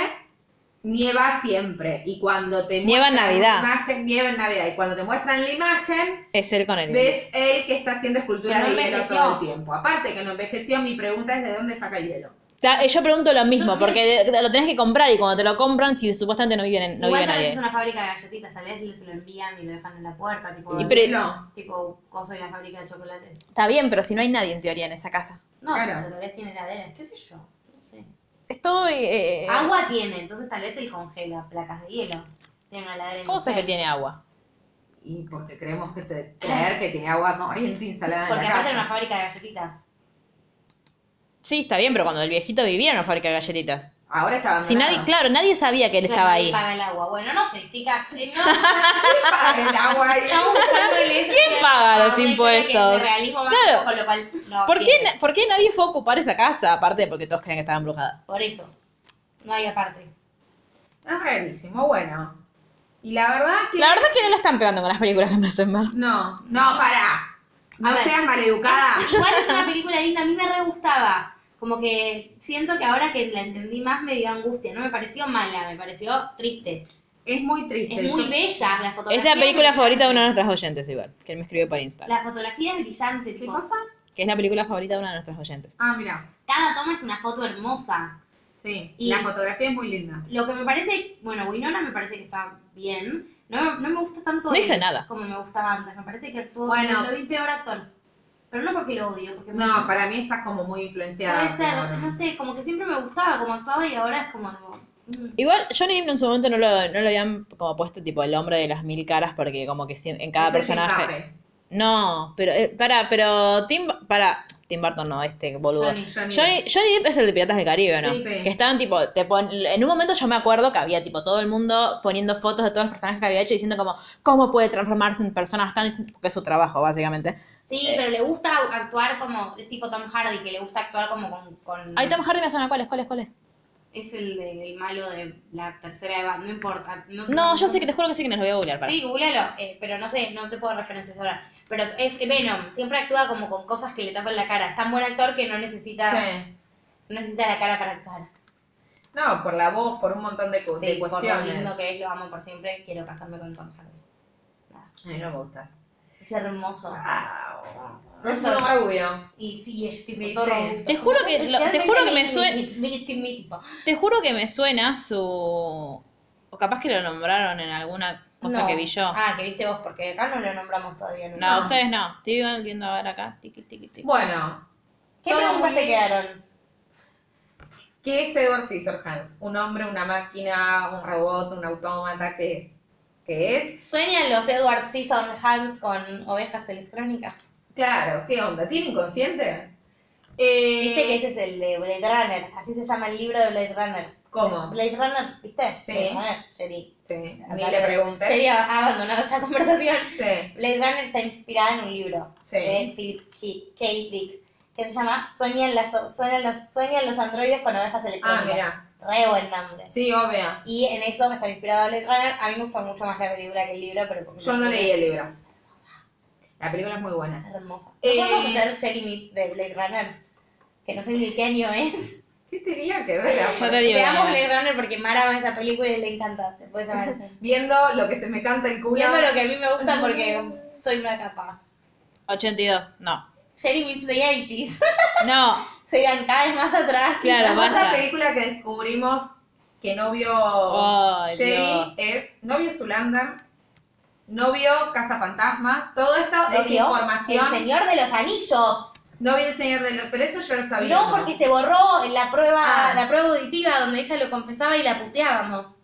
Speaker 3: nieva siempre. Y cuando te
Speaker 1: Nieva en
Speaker 3: muestran la
Speaker 1: Navidad.
Speaker 3: imagen, nieva en Navidad. Y cuando te muestran la imagen,
Speaker 1: Es él con el
Speaker 3: ves él que está haciendo esculturas
Speaker 2: Que no
Speaker 3: de hielo
Speaker 2: envejeció.
Speaker 3: todo el tiempo. Aparte que no envejeció, mi pregunta es de dónde saca el hielo.
Speaker 1: Ta- eh, Yo pregunto lo mismo, porque de- lo tenés que comprar y cuando te lo compran, si supuestamente no vive, no
Speaker 2: Igual
Speaker 1: vive
Speaker 2: tal vez
Speaker 1: nadie.
Speaker 2: es una fábrica de galletitas, tal vez se lo envían y lo dejan en la puerta, tipo,
Speaker 1: Y pero-
Speaker 3: No.
Speaker 2: tipo coso de la fábrica de chocolates.
Speaker 1: Está bien, pero si no hay nadie en teoría en esa casa.
Speaker 2: No,
Speaker 3: Claro.
Speaker 2: pero tal vez tiene heladera, qué sé yo. No sé.
Speaker 1: Es todo. eh, eh,
Speaker 2: Agua tiene, entonces tal vez él congela placas de hielo. Tiene una heladera. en
Speaker 1: ¿Cómo
Speaker 2: su
Speaker 1: sé que
Speaker 2: casa.
Speaker 1: tiene agua?
Speaker 3: Y porque creemos que te, creer que tiene agua corriente instalada
Speaker 2: Porque
Speaker 3: en la
Speaker 2: aparte era una
Speaker 3: casa.
Speaker 2: fábrica de galletitas.
Speaker 1: Sí, está bien, pero cuando el viejito vivía en una fábrica de galletitas.
Speaker 3: Ahora está abandonado.
Speaker 1: Si nadie, claro, nadie sabía que él
Speaker 2: Claro,
Speaker 1: estaba
Speaker 2: nadie
Speaker 1: ahí.
Speaker 2: Paga el agua. Bueno, no sé, chicas. eh, No, estamos
Speaker 3: Para el agua y-
Speaker 2: buscando el
Speaker 1: ¿Quién paga los impuestos? Claro.
Speaker 2: claro. Con lo cual, no,
Speaker 1: ¿Por qué,
Speaker 2: tiene.
Speaker 1: na- por qué nadie fue a ocupar esa casa? Aparte, porque todos creen que estaba embrujada.
Speaker 2: Por eso. No hay aparte.
Speaker 3: Es rarísimo, bueno. Y la verdad que...
Speaker 1: La verdad que no la están pegando con las películas que me hacen ver.
Speaker 3: No, no, pará. No
Speaker 2: A ver.
Speaker 3: seas maleducada.
Speaker 2: Igual es una película linda, a mí me re gustaba. Como que siento que ahora que la entendí más me dio angustia. No me pareció mala, me pareció triste.
Speaker 3: Es muy triste.
Speaker 2: Es muy
Speaker 3: Yo-
Speaker 2: bella la fotografía.
Speaker 1: Es la película
Speaker 2: brillante.
Speaker 1: favorita de una de nuestras oyentes, igual, que me escribió por Instagram.
Speaker 2: La fotografía es brillante,
Speaker 3: ¿Qué
Speaker 2: tipo,
Speaker 3: cosa?
Speaker 1: Que es la película favorita de una de nuestras oyentes.
Speaker 3: Ah, mira.
Speaker 2: cada toma es una foto hermosa.
Speaker 3: Sí,
Speaker 2: Y-
Speaker 3: la fotografía es muy linda.
Speaker 2: Lo que me parece, bueno, Winona me parece que está bien. No, no me gusta tanto
Speaker 1: No
Speaker 2: él
Speaker 1: hizo nada.
Speaker 2: como me gustaba antes. Me parece que actuó
Speaker 3: Bueno.
Speaker 2: lo vi peor actor. Pero no porque lo odio, porque me-
Speaker 3: No, para mí está como muy influenciada.
Speaker 2: puede ser,
Speaker 3: por-
Speaker 2: no sé, como que siempre me gustaba como actuaba y ahora es como mm,
Speaker 1: Igual, Johnny Depp en su momento no lo, no lo habían como puesto tipo el hombre de las mil caras porque como que sie- en cada
Speaker 3: No sé si
Speaker 1: personaje...
Speaker 3: tape.
Speaker 1: No, pero eh, para, pero Tim para Tim Burton no, este boludo.
Speaker 2: Johnny.
Speaker 1: Johnny,
Speaker 3: Johnny Depp.
Speaker 1: Johnny Depp es el de Piratas del Caribe, ¿no?
Speaker 3: Sí, sí.
Speaker 1: Que estaban tipo, te pon- en un momento yo me acuerdo que había tipo todo el mundo poniendo fotos de todos los personajes que había hecho diciendo como cómo puede transformarse en personas tan porque es su trabajo básicamente.
Speaker 2: Sí,
Speaker 1: Eh.
Speaker 2: pero le gusta actuar como, es tipo Tom Hardy, que le gusta actuar como con... con
Speaker 1: Ahí Tom Hardy me suena cuáles, cuáles, cuáles.
Speaker 2: Es el, de- el malo de la tercera edad, no importa. No,
Speaker 1: No, yo sé que te juro que sí que nos voy a googlear para.
Speaker 2: Sí, googlealo, eh, pero no sé, no te puedo referencias ahora. Pero es Venom, siempre actúa como con cosas que le tapan la cara. Es tan buen actor que no necesita,
Speaker 3: Sí.
Speaker 2: no necesita la cara para actuar.
Speaker 3: No, por la voz, por un montón de, cu-
Speaker 2: Sí,
Speaker 3: Pues, de
Speaker 2: por lo
Speaker 3: cuestiones.
Speaker 2: lindo que es, lo amo por siempre, quiero casarme con Tom Hardy. Nada,
Speaker 3: Ay, no me gusta.
Speaker 2: Es hermoso.
Speaker 3: No Ah. es todo rubio.
Speaker 2: Y sí, es tipo
Speaker 3: Sí,
Speaker 2: todo
Speaker 3: sí.
Speaker 2: robusto.
Speaker 1: Te juro que lo- te juro que me suena-
Speaker 2: Mi, mi- mi tipo.
Speaker 1: Te juro que me suena su o capaz que lo nombraron en alguna cosa
Speaker 2: No.
Speaker 1: que vi yo.
Speaker 2: Ah, que viste vos, porque acá no lo nombramos todavía.
Speaker 1: no,
Speaker 2: nunca.
Speaker 1: ustedes no. Te iban viendo a ver acá, tiqui tiqui tiqui.
Speaker 3: Bueno,
Speaker 2: ¿Qué
Speaker 3: Todo
Speaker 2: preguntas
Speaker 3: muy
Speaker 2: te
Speaker 3: bien.
Speaker 2: quedaron?
Speaker 3: ¿qué es Edward Scissorhands? ¿Un hombre, una máquina, un robot, un autómata? ¿Qué es? ¿Qué es?
Speaker 2: ¿Sueñan los Edward Season Hands con ovejas electrónicas?
Speaker 3: Claro, ¿qué onda? ¿Tiene inconsciente? Eh,
Speaker 2: Viste que ese es el de Blade Runner, así se llama el libro de Blade Runner.
Speaker 3: ¿Cómo?
Speaker 2: Blade Runner, ¿viste?
Speaker 3: Sí.
Speaker 2: Blade Runner, Jerry.
Speaker 3: Sí, ni le preguntes.
Speaker 2: Jerry ha abandonado esta conversación.
Speaker 3: Sí,
Speaker 2: Blade Runner está inspirada en un libro
Speaker 3: Sí.
Speaker 2: de Philip K. K. Dick que se llama Sueñan, las, o- sueñan, los, sueñan los androides con ovejas
Speaker 3: ah,
Speaker 2: electrónicas.
Speaker 3: mira.
Speaker 2: Re buen nombre.
Speaker 3: Sí, obvio.
Speaker 2: Y en eso está inspirado Blade Runner. A mí me gustó mucho más la película que el libro, pero porque
Speaker 3: Yo
Speaker 2: la
Speaker 3: no leí
Speaker 2: película
Speaker 3: el libro. La película es muy
Speaker 2: Es
Speaker 3: buena.
Speaker 2: hermosa. ¿No
Speaker 3: Eh.
Speaker 2: podemos hacer Cherry Meat de Blade Runner? Que no sé ni qué año es.
Speaker 3: ¿Qué tenía que ver?
Speaker 1: Ya
Speaker 3: amor?
Speaker 1: te digo.
Speaker 2: Veamos
Speaker 1: Daniela.
Speaker 2: Blade Runner porque Mara ama esa película y le encanta. Se puede llamar.
Speaker 3: Viendo lo que se me canta el culo.
Speaker 2: Viendo lo que a mí me gusta porque soy una capa.
Speaker 1: 82. No.
Speaker 2: Cherry Meets the 80s.
Speaker 1: No.
Speaker 2: Se iban cada vez más atrás.
Speaker 1: Claro,
Speaker 3: La otra
Speaker 1: basta.
Speaker 3: película que descubrimos que no vio
Speaker 1: Ay,
Speaker 3: Jerry
Speaker 1: Dios.
Speaker 3: es no vio Zulander, no vio Cazafantasmas. Todo esto
Speaker 2: ¿No
Speaker 3: es
Speaker 2: vio?
Speaker 3: información.
Speaker 2: El Señor de los Anillos.
Speaker 3: No vi el Señor de los... Pero eso yo lo sabía.
Speaker 2: No, porque se borró en la prueba,
Speaker 3: Ah.
Speaker 2: la prueba auditiva donde ella lo confesaba y la puteábamos.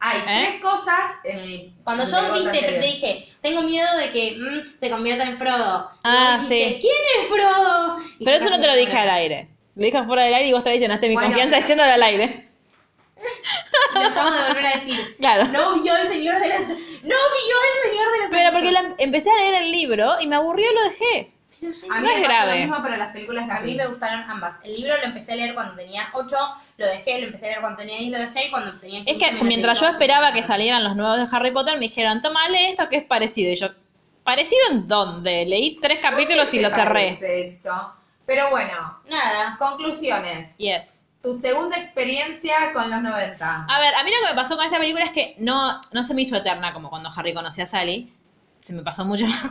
Speaker 3: Hay
Speaker 1: ¿Eh?
Speaker 3: tres cosas en el...
Speaker 2: Cuando
Speaker 3: en
Speaker 2: yo
Speaker 3: el
Speaker 2: di- te, te
Speaker 3: anterior.
Speaker 2: dije, tengo miedo de que mm, se convierta en Frodo. Y
Speaker 1: Ah,
Speaker 2: vos
Speaker 1: sí.
Speaker 2: dijiste, ¿Quién es Frodo? Y
Speaker 1: Pero
Speaker 2: yo
Speaker 1: eso no te lo
Speaker 2: casi
Speaker 1: dije al aire. Lo dije fuera del aire y vos traicionaste mi
Speaker 3: Bueno,
Speaker 1: confianza
Speaker 3: pero-
Speaker 1: diciéndolo al aire.
Speaker 2: Lo acabo de volver a decir.
Speaker 1: Claro.
Speaker 2: No vio el señor de las. No vio el señor de las.
Speaker 1: Pero porque la- empecé a leer el libro y me aburrió y lo dejé.
Speaker 2: Pero ya
Speaker 3: A mí
Speaker 1: No es
Speaker 3: me pasa
Speaker 1: grave.
Speaker 3: lo mismo, pero las películas
Speaker 2: A mí me gustaron ambas. El libro lo empecé a leer cuando tenía 8, lo dejé, lo empecé a leer cuando tenía 10, lo dejé y cuando tenía 15.
Speaker 1: Es que
Speaker 2: me lo
Speaker 1: mientras
Speaker 2: leí
Speaker 1: yo
Speaker 2: todo.
Speaker 1: esperaba que salieran los nuevos de Harry Potter, me dijeron, tomale esto que es parecido. Y yo, ¿parecido en dónde? Leí tres capítulos y lo cerré.
Speaker 3: Esto? Pero bueno,
Speaker 2: Nada.
Speaker 3: conclusiones.
Speaker 1: Yes.
Speaker 3: Tu segunda experiencia con los 90.
Speaker 1: A ver, a mí lo que me pasó con esta película es que no, no se me hizo eterna como cuando Harry conoció a Sally. Se me pasó mucho más,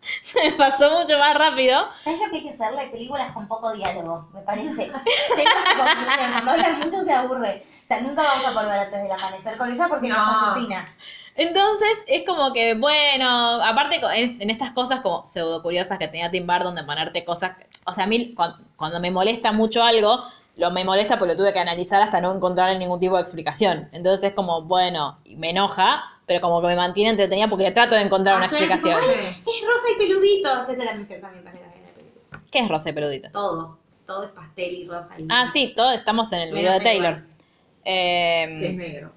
Speaker 1: se me pasó mucho más rápido.
Speaker 2: ¿Sabes lo que hay que hacer? Hay películas con poco diálogo, me parece. Tengo esa conclusión. Cuando hablan mucho se aburre. O sea, nunca vamos a volver antes del amanecer con ella porque nos
Speaker 3: No.
Speaker 2: asesina.
Speaker 1: Entonces es como que, bueno, aparte co- en, en estas cosas como pseudo curiosas que tenía Tim Burton de ponerte cosas, o sea, a mí cuan- cuando, me molesta mucho algo, lo me molesta porque lo tuve que analizar hasta no encontrar ningún tipo de explicación. Entonces es como, bueno, y me enoja, pero como que me mantiene entretenida porque trato de encontrar una
Speaker 2: Ah, yo era como,
Speaker 1: explicación.
Speaker 3: Sí.
Speaker 2: Es rosa y peludito. Ese era mi pensamiento también también en la película.
Speaker 1: ¿Qué es Rosa y Peludita?
Speaker 2: Todo. Todo es pastel y rosa. Y
Speaker 1: Ah, sí, todos estamos en el video
Speaker 2: Menos
Speaker 1: de Taylor.
Speaker 2: igual.
Speaker 1: Eh,
Speaker 3: Que es negro.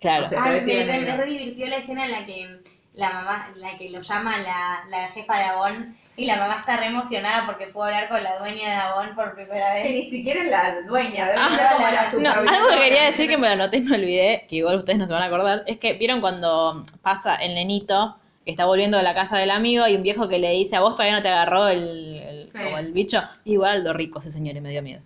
Speaker 1: claro.
Speaker 3: o sea,
Speaker 2: Ay,
Speaker 3: Pero
Speaker 2: me,
Speaker 3: tiene
Speaker 2: re-
Speaker 3: negro.
Speaker 2: me re divirtió la escena en la que la mamá, la que lo llama la, la jefa de Avon y la mamá está re emocionada porque pudo hablar con la dueña de Avon por primera
Speaker 3: Que
Speaker 2: vez.
Speaker 3: ni siquiera es la dueña, debe
Speaker 2: Ah,
Speaker 3: ser como
Speaker 2: la-
Speaker 3: la
Speaker 1: No,
Speaker 3: supervisora.
Speaker 1: algo que quería decir que me lo anoté y me olvidé, que igual ustedes no se van a acordar, es que vieron cuando pasa el nenito que está volviendo de la casa del amigo y un viejo que le dice, a vos todavía no te agarró el, el-
Speaker 3: Sí.
Speaker 1: como el bicho, igual lo rico ese señor y me dio miedo.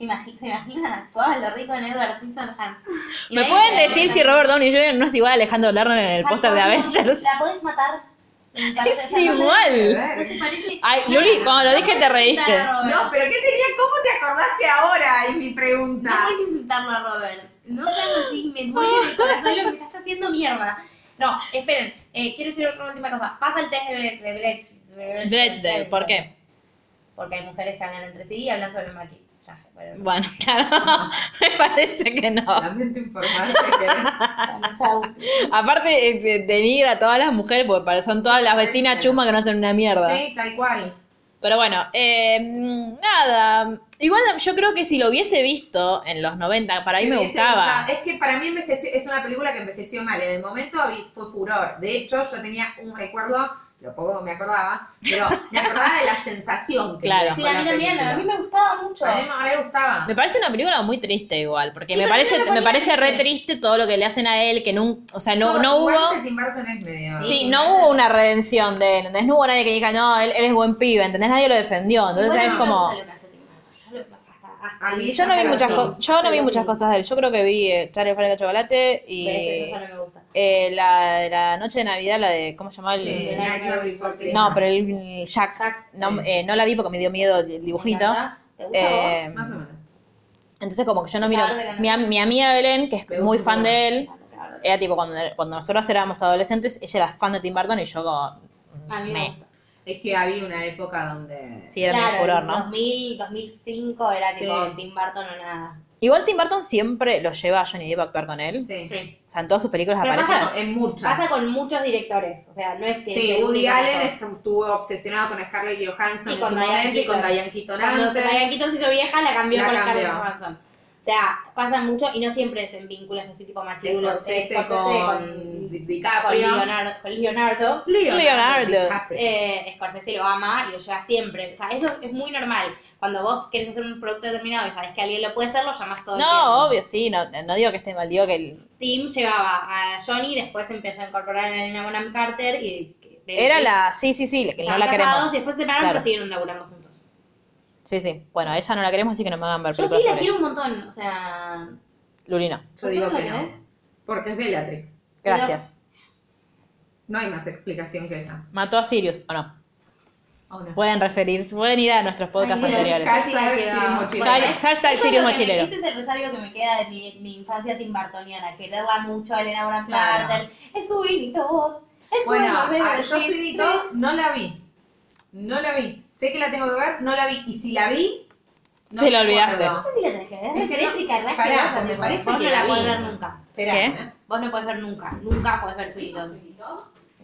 Speaker 2: Imagi- ¿Se imaginan? Actuaba lo rico en Edward Scissorhands. Hands.
Speaker 1: ¿Me pueden decir si Robert Downey Jr. no es igual a Alejandro Lerner en el póster de Avengers?
Speaker 2: La podés matar. Me parece-
Speaker 1: Es
Speaker 2: o sea, no parece-
Speaker 1: igual.
Speaker 2: no se parece
Speaker 1: Ay,
Speaker 2: nada.
Speaker 1: Luli, cuando lo dije te
Speaker 2: puedes
Speaker 1: reíste.
Speaker 2: insultar a Robert.
Speaker 3: No, pero ¿qué tenía? ¿Cómo te acordaste ahora? Es mi pregunta.
Speaker 2: No puedes insultarlo a Robert. No seas así, me duele el corazón lo que estás haciendo mierda. No, esperen, eh, quiero decir otra última cosa. Pasa el test de Bre- de Brech- de
Speaker 1: Blechdale, ¿por qué?
Speaker 2: Porque hay mujeres que hablan entre sí y hablan sobre el maquillaje. Bueno,
Speaker 1: Bueno, claro, me parece que no.
Speaker 3: Lamento informarte que...
Speaker 2: bueno, chau.
Speaker 1: Aparte eh, de- denigra a todas las mujeres porque pare- son todas las vecinas chusmas que no hacen una mierda.
Speaker 3: Sí, tal cual.
Speaker 1: Pero bueno, eh, nada. Igual yo creo que si lo hubiese visto en los 90, para mí me
Speaker 3: hubiese
Speaker 1: gustaba.
Speaker 3: gustado. Es que para mí envejeció, es una película que envejeció mal. En el momento vi- fue furor. De hecho, yo tenía un recuerdo, lo poco que me acordaba, pero me acordaba de la sensación que
Speaker 1: Claro.
Speaker 3: me dejó
Speaker 2: Sí, a mí
Speaker 3: la
Speaker 2: también,
Speaker 3: película.
Speaker 2: a mí me gustaba mucho.
Speaker 3: A mí me re gustaba.
Speaker 1: Me parece una película muy triste igual, porque
Speaker 2: Sí,
Speaker 1: me
Speaker 2: pero
Speaker 1: parece
Speaker 2: no lo
Speaker 1: me
Speaker 2: ponía
Speaker 1: parece re
Speaker 2: triste.
Speaker 1: triste todo lo que le hacen a él, que no, o sea, no,
Speaker 3: Todo-
Speaker 1: no
Speaker 3: igual
Speaker 1: hubo
Speaker 3: que Tim Burton es medio...
Speaker 1: Sí, no hubo una redención de él, ¿entendés? No hubo nadie que diga, no, él, él es buen pibe, ¿entendés? Nadie lo defendió, entonces
Speaker 2: Igual a mí
Speaker 1: es
Speaker 2: me
Speaker 1: como...
Speaker 2: gusta lo que hace Tim Burton. Yo lo- hasta- hasta-
Speaker 3: eh, A mí
Speaker 1: Yo no vi
Speaker 3: Pero
Speaker 1: muchas,
Speaker 3: sí.
Speaker 1: co- yo no vi
Speaker 2: Pero
Speaker 1: muchas
Speaker 2: sí.
Speaker 1: cosas de él, yo creo que vi eh, Charlie Fábrica de Chocolate y...
Speaker 2: Ves, eso ya no me gusta.
Speaker 1: eh, la de la noche de Navidad, la de, ¿cómo se llamaba? El,
Speaker 3: Sí,
Speaker 2: Eh,
Speaker 3: Nightmare Before Christmas.
Speaker 1: No, pero el Jack,
Speaker 2: Jack,
Speaker 1: no,
Speaker 3: sí.
Speaker 1: eh, no la vi porque me dio miedo el dibujito.
Speaker 2: Me encanta. ¿Te gusta
Speaker 1: Eh,
Speaker 3: Más o menos.
Speaker 1: entonces como que yo no miro...
Speaker 2: Claro, de la
Speaker 1: Mi, am- mi amiga Belén, que es
Speaker 3: Me
Speaker 1: muy
Speaker 3: gusta
Speaker 1: fan de él,
Speaker 2: vos? Ah, claro.
Speaker 1: era tipo cuando, cuando nosotros éramos adolescentes, ella era fan de Tim Burton y yo como...
Speaker 2: A mí me
Speaker 1: me-
Speaker 2: gusta.
Speaker 3: Es que había una época donde...
Speaker 1: Sí, era mi furor, ¿no?
Speaker 2: 2000, 2005 era
Speaker 3: Sí.
Speaker 2: tipo Tim Burton o nada.
Speaker 1: Igual Tim Burton siempre lo lleva a Johnny Depp a actuar con él.
Speaker 3: Sí.
Speaker 1: O sea, en todas sus películas
Speaker 2: Pero
Speaker 1: aparece.
Speaker 2: pasa-
Speaker 3: En muchas.
Speaker 2: Pasa con muchos directores, o sea, no es que...
Speaker 3: Sí,
Speaker 2: sea el
Speaker 3: Woody
Speaker 2: único
Speaker 3: Allen
Speaker 2: actor.
Speaker 3: estu- estuvo obsesionado con Scarlett Johansson
Speaker 2: Y
Speaker 3: en
Speaker 2: con
Speaker 3: su
Speaker 2: Diane
Speaker 3: momento y con
Speaker 2: Keaton.
Speaker 3: Diane Keaton
Speaker 2: Cuando
Speaker 3: antes.
Speaker 2: Diane Keaton se hizo vieja, la cambió
Speaker 3: La
Speaker 2: por
Speaker 3: cambió.
Speaker 2: Scarlett Johansson. O sea, pasa mucho y no siempre es en vínculos así tipo machirulos.
Speaker 3: Scorsese
Speaker 2: Es Scorsese
Speaker 3: con
Speaker 2: con- con
Speaker 3: DiCaprio.
Speaker 2: Leonardo. Con Leonardo.
Speaker 1: Leonardo.
Speaker 3: DiCaprio.
Speaker 2: Eh, Scorsese lo ama y lo lleva siempre. O sea, eso es muy normal. Cuando vos querés hacer un producto determinado y sabes que alguien lo puede hacer, lo llamás todo el tiempo.
Speaker 1: No, obvio, sí, no, no digo que esté mal, digo que el-
Speaker 2: Tim llevaba a Johnny, después empezó a incorporar a Elena Bonham Carter y...
Speaker 1: era la, sí, sí, sí, que no
Speaker 2: Estaban
Speaker 1: la
Speaker 2: casados,
Speaker 1: queremos.
Speaker 2: y Después se separaron,
Speaker 1: Claro.
Speaker 2: pero siguieron laburando juntos.
Speaker 1: Sí, sí. Bueno, a ella no la queremos, así que no me hagan ver
Speaker 2: Yo sí
Speaker 1: películas
Speaker 2: la
Speaker 1: sobre
Speaker 2: quiero
Speaker 1: ella.
Speaker 2: un montón, o sea...
Speaker 1: Luli, no.
Speaker 3: Yo digo
Speaker 2: ¿Cómo
Speaker 3: que
Speaker 2: la
Speaker 3: no.
Speaker 2: querés?
Speaker 3: Porque es Bellatrix.
Speaker 1: Gracias.
Speaker 3: No hay más explicación que esa.
Speaker 1: Mató a Sirius, ¿o no?
Speaker 3: ¿O no?
Speaker 1: Pueden referirse, pueden ir a nuestros podcasts
Speaker 2: Ay, Dios,
Speaker 1: anteriores.
Speaker 2: casi.
Speaker 3: Hashtag
Speaker 2: Sí, la
Speaker 3: sin
Speaker 2: queda-
Speaker 3: mochila.
Speaker 1: Hashtag-
Speaker 2: Bueno,
Speaker 1: hashtag
Speaker 2: eso
Speaker 1: Sirius
Speaker 2: es lo que me-
Speaker 1: Mochilero.
Speaker 2: Ese es el resabio que me queda de mi, mi infancia timbartoniana, quererla mucho a Elena Bonham
Speaker 3: Claro.
Speaker 2: Carter. Es su Vinito Es
Speaker 3: Bueno,
Speaker 2: volver a
Speaker 3: ah, yo
Speaker 2: decir
Speaker 3: soy de todo, no la vi. No la vi. Sé que la tengo que ver, no la vi. Y si la vi, no
Speaker 1: Te la
Speaker 3: me acuerdo.
Speaker 1: olvidaste.
Speaker 2: No sé si la tenés que ver,
Speaker 3: Es
Speaker 2: es
Speaker 3: que no-
Speaker 2: eléctrica, ¿verdad?
Speaker 3: pará,
Speaker 2: Que vas a
Speaker 3: pues me
Speaker 2: tipo,
Speaker 3: parece
Speaker 2: vos
Speaker 3: que
Speaker 2: no
Speaker 3: la
Speaker 2: la
Speaker 3: vi.
Speaker 2: podés ver nunca.
Speaker 3: Esperá,
Speaker 1: ¿Qué?
Speaker 3: ¿eh?
Speaker 2: Vos no podés ver nunca, nunca podés ver Suirito.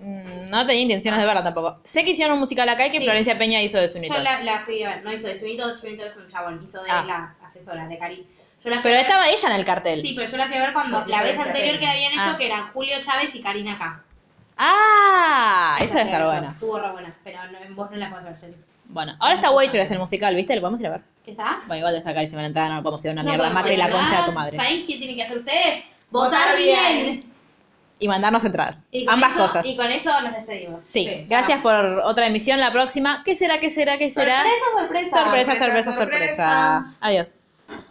Speaker 1: Mm, No tenía intenciones de verla tampoco. Sé que hicieron un musical acá y que
Speaker 2: Sí.
Speaker 1: Florencia Peña hizo de su
Speaker 2: Yo
Speaker 1: Unitón.
Speaker 2: la, la fui a ver, no hizo de Suirito, Suirito es un chabón, hizo de
Speaker 1: Ah.
Speaker 2: la asesora, de Cari. Yo la fui
Speaker 1: Pero
Speaker 2: a ver-
Speaker 1: estaba ella en el cartel.
Speaker 2: Sí, pero yo la fui a ver cuando
Speaker 3: Porque
Speaker 2: la vez
Speaker 3: fue esa
Speaker 2: anterior que la
Speaker 3: peli.
Speaker 2: habían hecho,
Speaker 1: Ah.
Speaker 2: que eran Julio Chávez y Karina K.
Speaker 1: Ah, esa
Speaker 2: Esa
Speaker 1: debe estar
Speaker 2: fui a ver yo.
Speaker 1: buena.
Speaker 2: Estuvo re buena, pero no, en vos no la podés ver, Jenny.
Speaker 1: Bueno, ahora está Waitress, el musical, ¿viste? Lo podemos ir a ver.
Speaker 2: ¿Qué está?
Speaker 1: Bueno, igual de sacar y se van a entrar, no lo podemos ir a una
Speaker 2: No
Speaker 1: mierda.
Speaker 2: podemos
Speaker 1: Macri la
Speaker 2: hablar.
Speaker 1: concha de tu madre.
Speaker 2: ¿Saben qué tienen que hacer ustedes? Votar,
Speaker 3: Votar
Speaker 2: bien.
Speaker 3: bien.
Speaker 1: Y mandarnos entradas.
Speaker 2: Y con
Speaker 1: Ambas
Speaker 2: eso-
Speaker 1: cosas.
Speaker 2: Y con eso nos despedimos.
Speaker 1: Sí,
Speaker 3: Sí.
Speaker 1: gracias por otra emisión. La próxima, ¿qué será? ¿Qué será? ¿Qué será?
Speaker 2: Sorpresa, sorpresa.
Speaker 1: sorpresa, sorpresa.
Speaker 3: Sorpresa,
Speaker 1: sorpresa. Adiós.